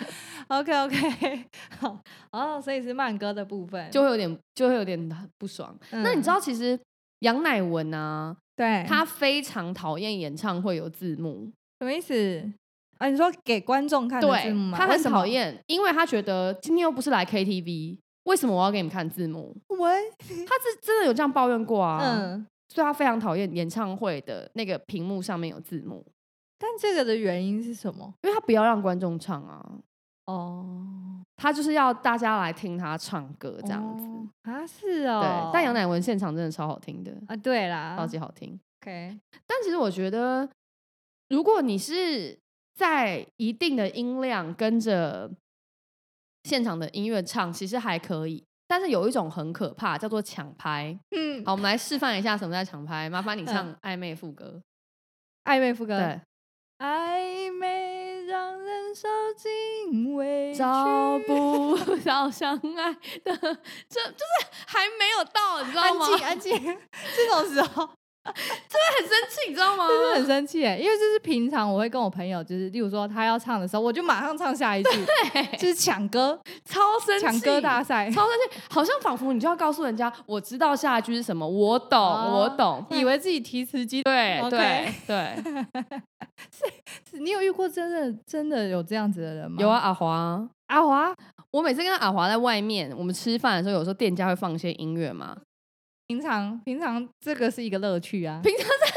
Speaker 2: OK OK，好 哦，所以是慢歌的部分。
Speaker 1: 就会有点就会有点不爽。那你知
Speaker 2: 道
Speaker 1: 道其实杨乃文啊，
Speaker 2: 嗯对
Speaker 1: 他非常讨厌演唱会有字幕，
Speaker 2: 什么意思啊？你说给观众看的字
Speaker 1: 对
Speaker 2: 幕吗？
Speaker 1: 他
Speaker 2: 为
Speaker 1: 很
Speaker 2: 什么
Speaker 1: 讨。厌，因为他觉得今天又不是来 KTV，为什么我要给你们看字幕？
Speaker 2: 喂，
Speaker 1: 他是真的有这样抱怨过啊，
Speaker 2: 嗯，
Speaker 1: 所以他非常讨厌演唱会的那个屏幕上面有字幕，
Speaker 2: 但这个的原因是什么？
Speaker 1: 因为他不要让观众唱啊，
Speaker 2: 哦，
Speaker 1: 他就是要大家来听他唱歌这样子。
Speaker 2: 哦啊，是
Speaker 1: 对
Speaker 2: 哦，，
Speaker 1: 但杨乃文现场真的超好听的，
Speaker 2: 啊，对啦，
Speaker 1: 超级好听。
Speaker 2: OK，
Speaker 1: 但其实我觉得，如果你是在一定的音量跟着现场的音乐唱，其实还可以。但是有一种很可怕，叫做抢 拍。
Speaker 2: 嗯，
Speaker 1: 好，我们来示范一下什么叫抢拍。麻烦你
Speaker 2: 嗯
Speaker 1: 唱暧昧副歌。
Speaker 2: 暧昧副歌，
Speaker 1: 对，
Speaker 2: 暧昧让人受尽委屈，
Speaker 1: 找不到相爱的，这就是还没有到，你知道
Speaker 2: 安
Speaker 1: 吗？
Speaker 2: 静 安静， 这种时候
Speaker 1: 很生气，你知 道吗？
Speaker 2: 真的很生气耶，因为就是平常我会跟我朋友，就是例如说他要唱的时候，我就马上唱下一句，就是抢歌
Speaker 1: 超生气，
Speaker 2: 抢歌大赛，
Speaker 1: 超生气，好像仿佛你就要告诉人家，我知道下一句是什么，我懂，
Speaker 2: 哦
Speaker 1: 我懂，
Speaker 2: 以 为自己提词机。
Speaker 1: 对
Speaker 2: OK
Speaker 1: 对对，
Speaker 2: 你有遇过真的真的有这样子的人吗？
Speaker 1: 有啊，，阿华。
Speaker 2: 阿华，
Speaker 1: 我每次跟阿华在外面，我们吃饭的时候，有时候店家会放一些音乐嘛。
Speaker 2: 平常平常这个是一个乐趣啊，
Speaker 1: 平常在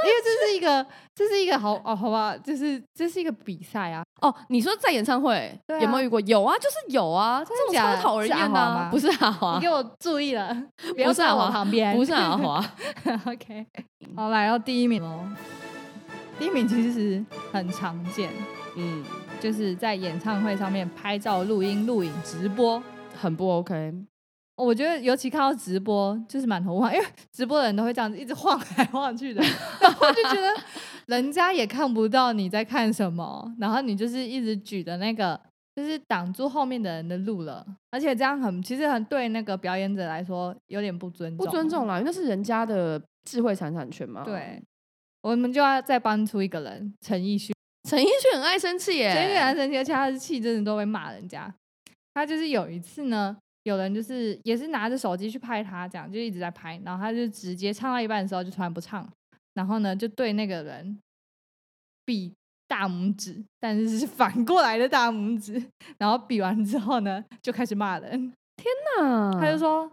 Speaker 2: 因为这是一个这是一个好哦，好吧，就是这是一个比赛啊，
Speaker 1: 哦，你说在演唱会、
Speaker 2: 对啊
Speaker 1: 有没有遇过？有啊，就是有啊，这种
Speaker 2: 假的
Speaker 1: 超讨人
Speaker 2: 是阿
Speaker 1: 厌的
Speaker 2: 华
Speaker 1: 啊、
Speaker 2: 吗
Speaker 1: 不是阿华
Speaker 2: 你给，我注意 了，不
Speaker 1: 不
Speaker 2: 要
Speaker 1: 是阿
Speaker 2: 在我
Speaker 1: 华
Speaker 2: 旁边，
Speaker 1: 不是阿华，
Speaker 2: OK，好，来到第一名哦。第一名其实很常见，
Speaker 1: 嗯，
Speaker 2: 就是在演唱会上面拍照、录音、录影、直播。
Speaker 1: 很不 OK。
Speaker 2: 我觉得尤其看到直播，就是满头晃，因为直播的人都会这样子一直晃来晃去的， 然后就觉得人家也看不到你在看什么，然后你就是一直举的那个，就是挡住后面的人的路了，而且这样很其实很对那个表演者来说有点不尊重，啊
Speaker 1: 不尊重啦，啊因为那是人家的智慧财产权嘛。，
Speaker 2: 对，我们就要再搬出一个人，陈奕迅。
Speaker 1: 陈奕迅很爱生气耶，
Speaker 2: 陈奕迅很生气，而且他的气真的都会骂人家。他就是有一次呢，有人就是也是拿着手机去拍他，这样就一直在拍，然后他就直接唱到一半的时候就突然不唱，然后呢就对那个人比大拇指，但是是反过来的大拇指，然后比完之后呢就开始骂人，
Speaker 1: 呐
Speaker 2: 他就说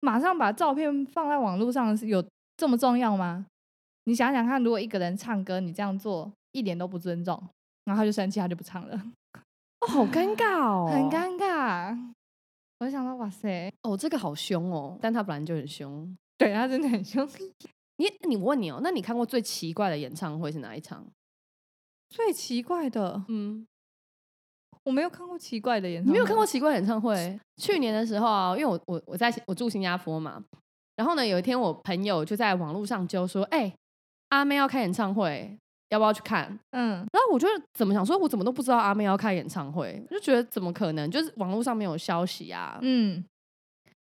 Speaker 2: 马上把照片放在网络上是有这么重要吗？你想想看，如果一个人唱歌你这样做一点都不尊重，然后他就生气，他就不唱了。
Speaker 1: 哦，好尴尬哦，
Speaker 2: 很尴尬。我就想到，哇塞，
Speaker 1: 哦，这个好凶哦，但他本来就很凶。
Speaker 2: 对他真的很凶。
Speaker 1: 你你我问你哦，那你看过最奇怪的演唱会是哪一场？
Speaker 2: 最奇怪的，
Speaker 1: 嗯，
Speaker 2: 我没有看过奇怪的演唱
Speaker 1: 你
Speaker 2: 会，
Speaker 1: 没有看过奇怪的演唱会？去年的时候啊，因为我我我在我住新加坡嘛，然后呢，有一天我朋友就在网络上揪说，哎、阿妹要开演唱会，要不要去看？
Speaker 2: 嗯，
Speaker 1: 然后我就怎么想说，我怎么都不知道阿妹要开演唱会，我就觉得怎么可能？就是网络上没有消息啊。
Speaker 2: 嗯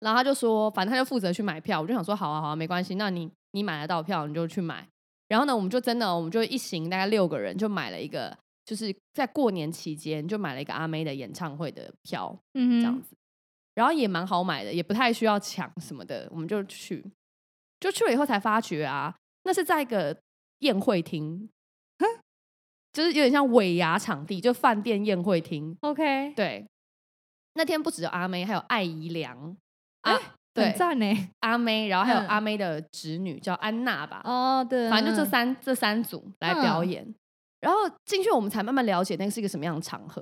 Speaker 1: 然后他就说，反正他就负责去买票。我就想说，好啊好啊，没关系，那你你买得到票你就去买。然后呢，我们就真的，我们就一行大概六个人就买了一个，就是在过年期间就买了一个阿妹的演唱会的票，
Speaker 2: 嗯，
Speaker 1: 这样子。然后也蛮好买的，也不太需要抢什么的，我们就去。就去了以后才发觉啊，那是在一个宴会厅，就是有点像尾牙场地，就饭店宴会厅。
Speaker 2: OK，
Speaker 1: 对，那天不只有阿妹，还有艾怡良啊，
Speaker 2: 哎
Speaker 1: 对
Speaker 2: 很，赞 呢。
Speaker 1: 阿妹，然后还有
Speaker 2: 嗯
Speaker 1: 阿妹的侄女、叫安娜吧，
Speaker 2: 哦，对，
Speaker 1: 反正就这
Speaker 2: 嗯
Speaker 1: 三、这三组来表演。然后进去我们才慢慢了解那个是一个什么样的场合，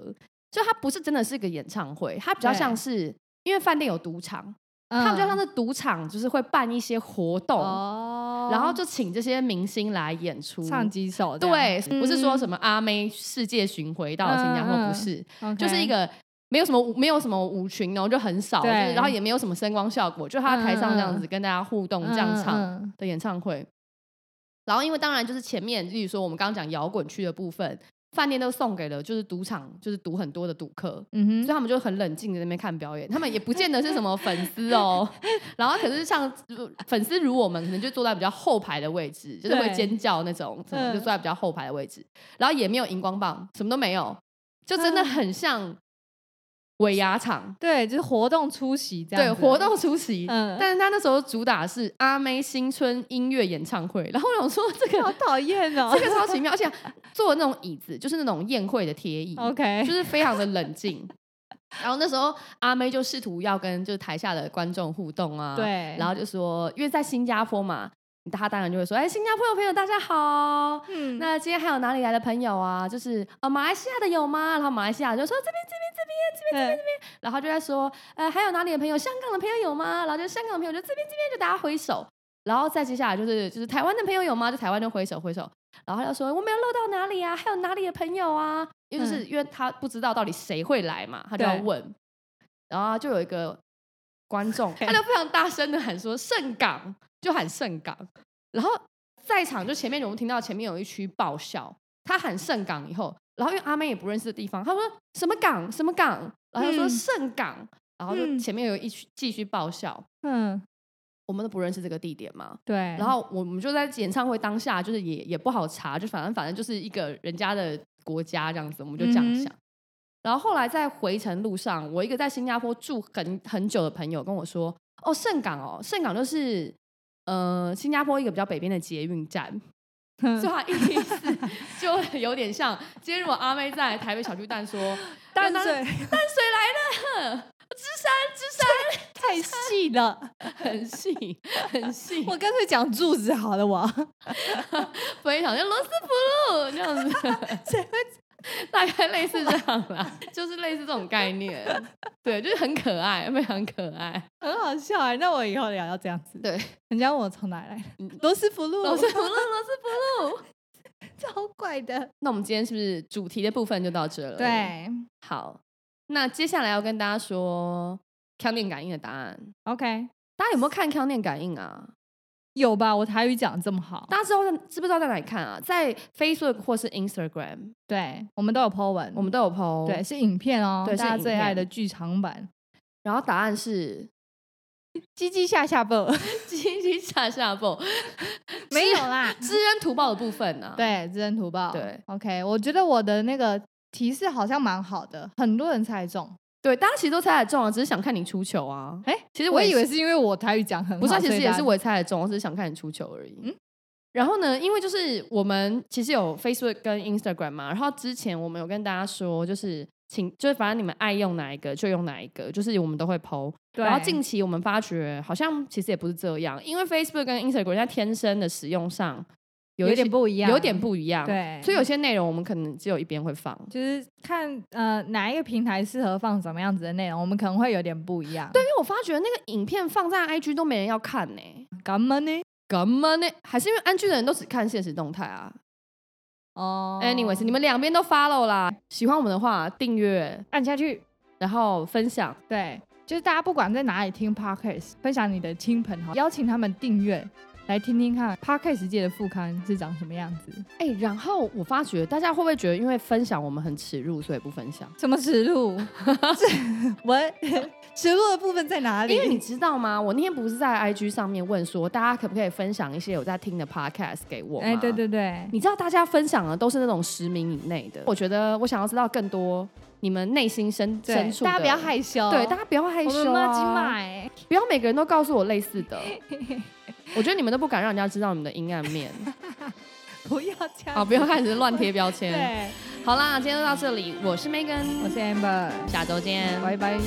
Speaker 1: 就它不是真的是一个演唱会，它比较
Speaker 2: 对
Speaker 1: 像是因为饭店有赌场，他们就像
Speaker 2: 嗯
Speaker 1: 是赌场，就是会办一些活动，
Speaker 2: 哦，
Speaker 1: 然后就请这些明星来演出。
Speaker 2: 唱几首这样，嗯
Speaker 1: 对，不是说什么阿妹世界巡回到新加坡，
Speaker 2: 嗯嗯
Speaker 1: 不是，
Speaker 2: OK，
Speaker 1: 就是一个没有什么舞没有什么舞群哦，就很少，就
Speaker 2: 对
Speaker 1: 是然后也没有什么声光效果，就他在台上这样子跟大家互动、这样唱。
Speaker 2: 嗯
Speaker 1: 的演唱会。然后，因为当然就是前面，例如说我们刚刚讲摇滚区的部分，饭店都送给了就是赌场，就是赌很多的赌客，
Speaker 2: 嗯
Speaker 1: 所以
Speaker 2: 哼，
Speaker 1: 他们就很冷静的在那边看表演，他们也不见得是什么粉丝哦。 然后，可是像呃粉丝如我们，可能就坐在比较后排的位置，就是会
Speaker 2: 对
Speaker 1: 尖叫那种，什么
Speaker 2: 嗯
Speaker 1: 就坐在比较后排的位置，然后也没有荧光棒，什么都没有，就真的
Speaker 2: 啊
Speaker 1: 很像尾牙场。
Speaker 2: 对，就是活动出席这样
Speaker 1: 对
Speaker 2: 子，
Speaker 1: 活动出席，
Speaker 2: 嗯
Speaker 1: 但是他那时候主打是阿妹新春音乐演唱会，然后我想说这
Speaker 2: 好
Speaker 1: 个
Speaker 2: 讨厌哦
Speaker 1: 这。个超奇妙，而且做的那种椅子就是那种宴会的贴 椅
Speaker 2: OK，
Speaker 1: 就是非常的冷静。然后那时候阿妹就试图要跟就是台下的观众互动啊，，
Speaker 2: 对，
Speaker 1: 然后就说因为在新加坡嘛，他当然就会说，哎，新加坡的朋友大家好，
Speaker 2: 嗯
Speaker 1: 那今天还有哪里来的朋友啊？就是啊、马来西亚的有吗？然后马来西亚就说这边这边这边这边
Speaker 2: 对
Speaker 1: 然后就在说，呃，还有哪里的朋友？香港的朋友有吗？然后就香港的朋友就这边这边就大家挥手，然后再接下来就是就是台湾的朋友有吗？就台湾就挥手挥手，然后他就说我没有漏到哪里啊？还有哪里的朋友啊？因为就是、因为他不知道到底谁会来嘛，他就要
Speaker 2: 嗯对
Speaker 1: 问，然后就有一个观众，
Speaker 2: 对
Speaker 1: 他就非常大声的喊说盛港，就喊盛港，然后在场就前面我们听到前面有一区爆笑，他喊盛港以后，然后因为阿妹也不认识的地方，他说什么港什么港，然后他说
Speaker 2: 嗯
Speaker 1: 盛港，然后就
Speaker 2: 嗯
Speaker 1: 前面有一区继续爆笑，
Speaker 2: 嗯，
Speaker 1: 我们都不认识这个地点嘛，
Speaker 2: 对，
Speaker 1: 然后我们就在演唱会当下，就是也也不好查，就反正反正就是一个人家的国家这样子，我们就这样
Speaker 2: 嗯哼
Speaker 1: 想。然后后来在回程路上，我一个在新加坡住很很久的朋友跟我说：“哦，盛港哦，盛港就是呃新加坡一个比较北边的捷运 站。”
Speaker 2: 哼
Speaker 1: 所以他意思就会有点像今天如果阿妹在台北小巨蛋说
Speaker 2: 淡
Speaker 1: 淡
Speaker 2: 水
Speaker 1: 淡水来了，芝山
Speaker 2: 太细了，
Speaker 1: 芝山 很细很细，
Speaker 2: 我干脆讲柱子好了，我
Speaker 1: 非常像罗斯福路这样子，
Speaker 2: 谁会
Speaker 1: 大概类似这样啦， 就是类似这种概念，对，就是很可爱，非常可爱。
Speaker 2: 很好笑哎、那我以后也要这样子。
Speaker 1: 对，
Speaker 2: 人家问我从哪来
Speaker 1: 嗯
Speaker 2: 的，罗斯福路，
Speaker 1: 罗斯福路，罗斯福路。
Speaker 2: 超怪 的。
Speaker 1: 那我们今天是不是主题的部分就到这了？，
Speaker 2: 对
Speaker 1: 好，那接下来要跟大家说康念感应的答案。
Speaker 2: ，OK，
Speaker 1: 大家有没有看康念感应啊？
Speaker 2: 有吧？我台语讲得这么好，
Speaker 1: 大家知道在知不知道在哪里看啊？在 Facebook 或是 Instagram，
Speaker 2: 对我们都有 po 文，
Speaker 1: 我们都有 PO。
Speaker 2: 对，是影片哦，
Speaker 1: 对是
Speaker 2: 大家
Speaker 1: 影
Speaker 2: 最爱
Speaker 1: 片
Speaker 2: 的剧场版，
Speaker 1: 然后答案是
Speaker 2: 叽叽下 下蹦，
Speaker 1: 叽叽下下 蹦，
Speaker 2: 没有啦，
Speaker 1: 知恩图报的部分呢、啊？
Speaker 2: 对，知恩图报，
Speaker 1: 对
Speaker 2: ，OK，我觉得我的那个提示好像蛮好的，很多人猜中，
Speaker 1: 对，大家其实都猜得中啊，只是想看你出糗啊。
Speaker 2: 哎、
Speaker 1: 其实
Speaker 2: 我
Speaker 1: 也
Speaker 2: 以为是因为我台语讲很好，
Speaker 1: 不是啊，其
Speaker 2: 所以
Speaker 1: 实也
Speaker 2: 大
Speaker 1: 是
Speaker 2: 家
Speaker 1: 我也猜得中，我只是想看你出糗而已。
Speaker 2: 嗯
Speaker 1: 然后呢，因为就是我们其实有 Facebook 跟 Instagram 嘛，然后之前我们有跟大家说，就是请就是反正你们爱用哪一个就用哪一个，就是我们都会 PO。
Speaker 2: 对
Speaker 1: 然后近期我们发觉好像其实也不是这样，因为 Facebook 跟 Instagram 在天生的使用上有
Speaker 2: 有
Speaker 1: 一些
Speaker 2: 点不一样，
Speaker 1: 有点不一样，，
Speaker 2: 对，
Speaker 1: 所以有些内容我们可能只有一边会放。
Speaker 2: 就是看呃哪一个平台适合放什么样子的内容，我们可能会有点不一样。对
Speaker 1: 因，为我发觉那个影片放在 IG 都没人要看呢、
Speaker 2: 干嘛呢？
Speaker 1: 干嘛呢？还是因为安居的人都只看现实动态啊。
Speaker 2: 哦
Speaker 1: Anyways，你们两边都 follow 啦。喜欢我们的话，订阅，
Speaker 2: 按下去，
Speaker 1: 然后分享。
Speaker 2: 对，就是大家不管在哪里听 podcast，分享你的亲朋好，邀请他们订阅来听听看 podcast 界的副刊是长什么样子，
Speaker 1: 哎、然后我发觉大家会不会觉得，因为分享我们很耻辱，所以不分享？
Speaker 2: 什么 耻辱，这我耻辱的部分在哪里？
Speaker 1: 因为你知道吗？我那天不是在 IG 上面问说，大家可不可以分享一些有在听的 podcast 给我？
Speaker 2: 哎、对。对对，
Speaker 1: 你知道大家分享的都是那种十名以内的，我觉得我想要知道更多你们内心深深
Speaker 2: 对，
Speaker 1: 处的，
Speaker 2: 大家不要害羞，
Speaker 1: 对，大家不要害
Speaker 2: 我
Speaker 1: 羞、
Speaker 2: 们
Speaker 1: 啊，
Speaker 2: 骂鸡骂哎，
Speaker 1: 不要每个人都告诉我类似 的。我觉得你们都不敢让人家知道你们的阴暗 面
Speaker 2: 不要这样
Speaker 1: 啊！不要开始乱贴标签。
Speaker 2: 对，
Speaker 1: 好啦，今天就到这里，我是 Megan，
Speaker 2: 我是 Amber，
Speaker 1: 下周见，
Speaker 2: 拜拜。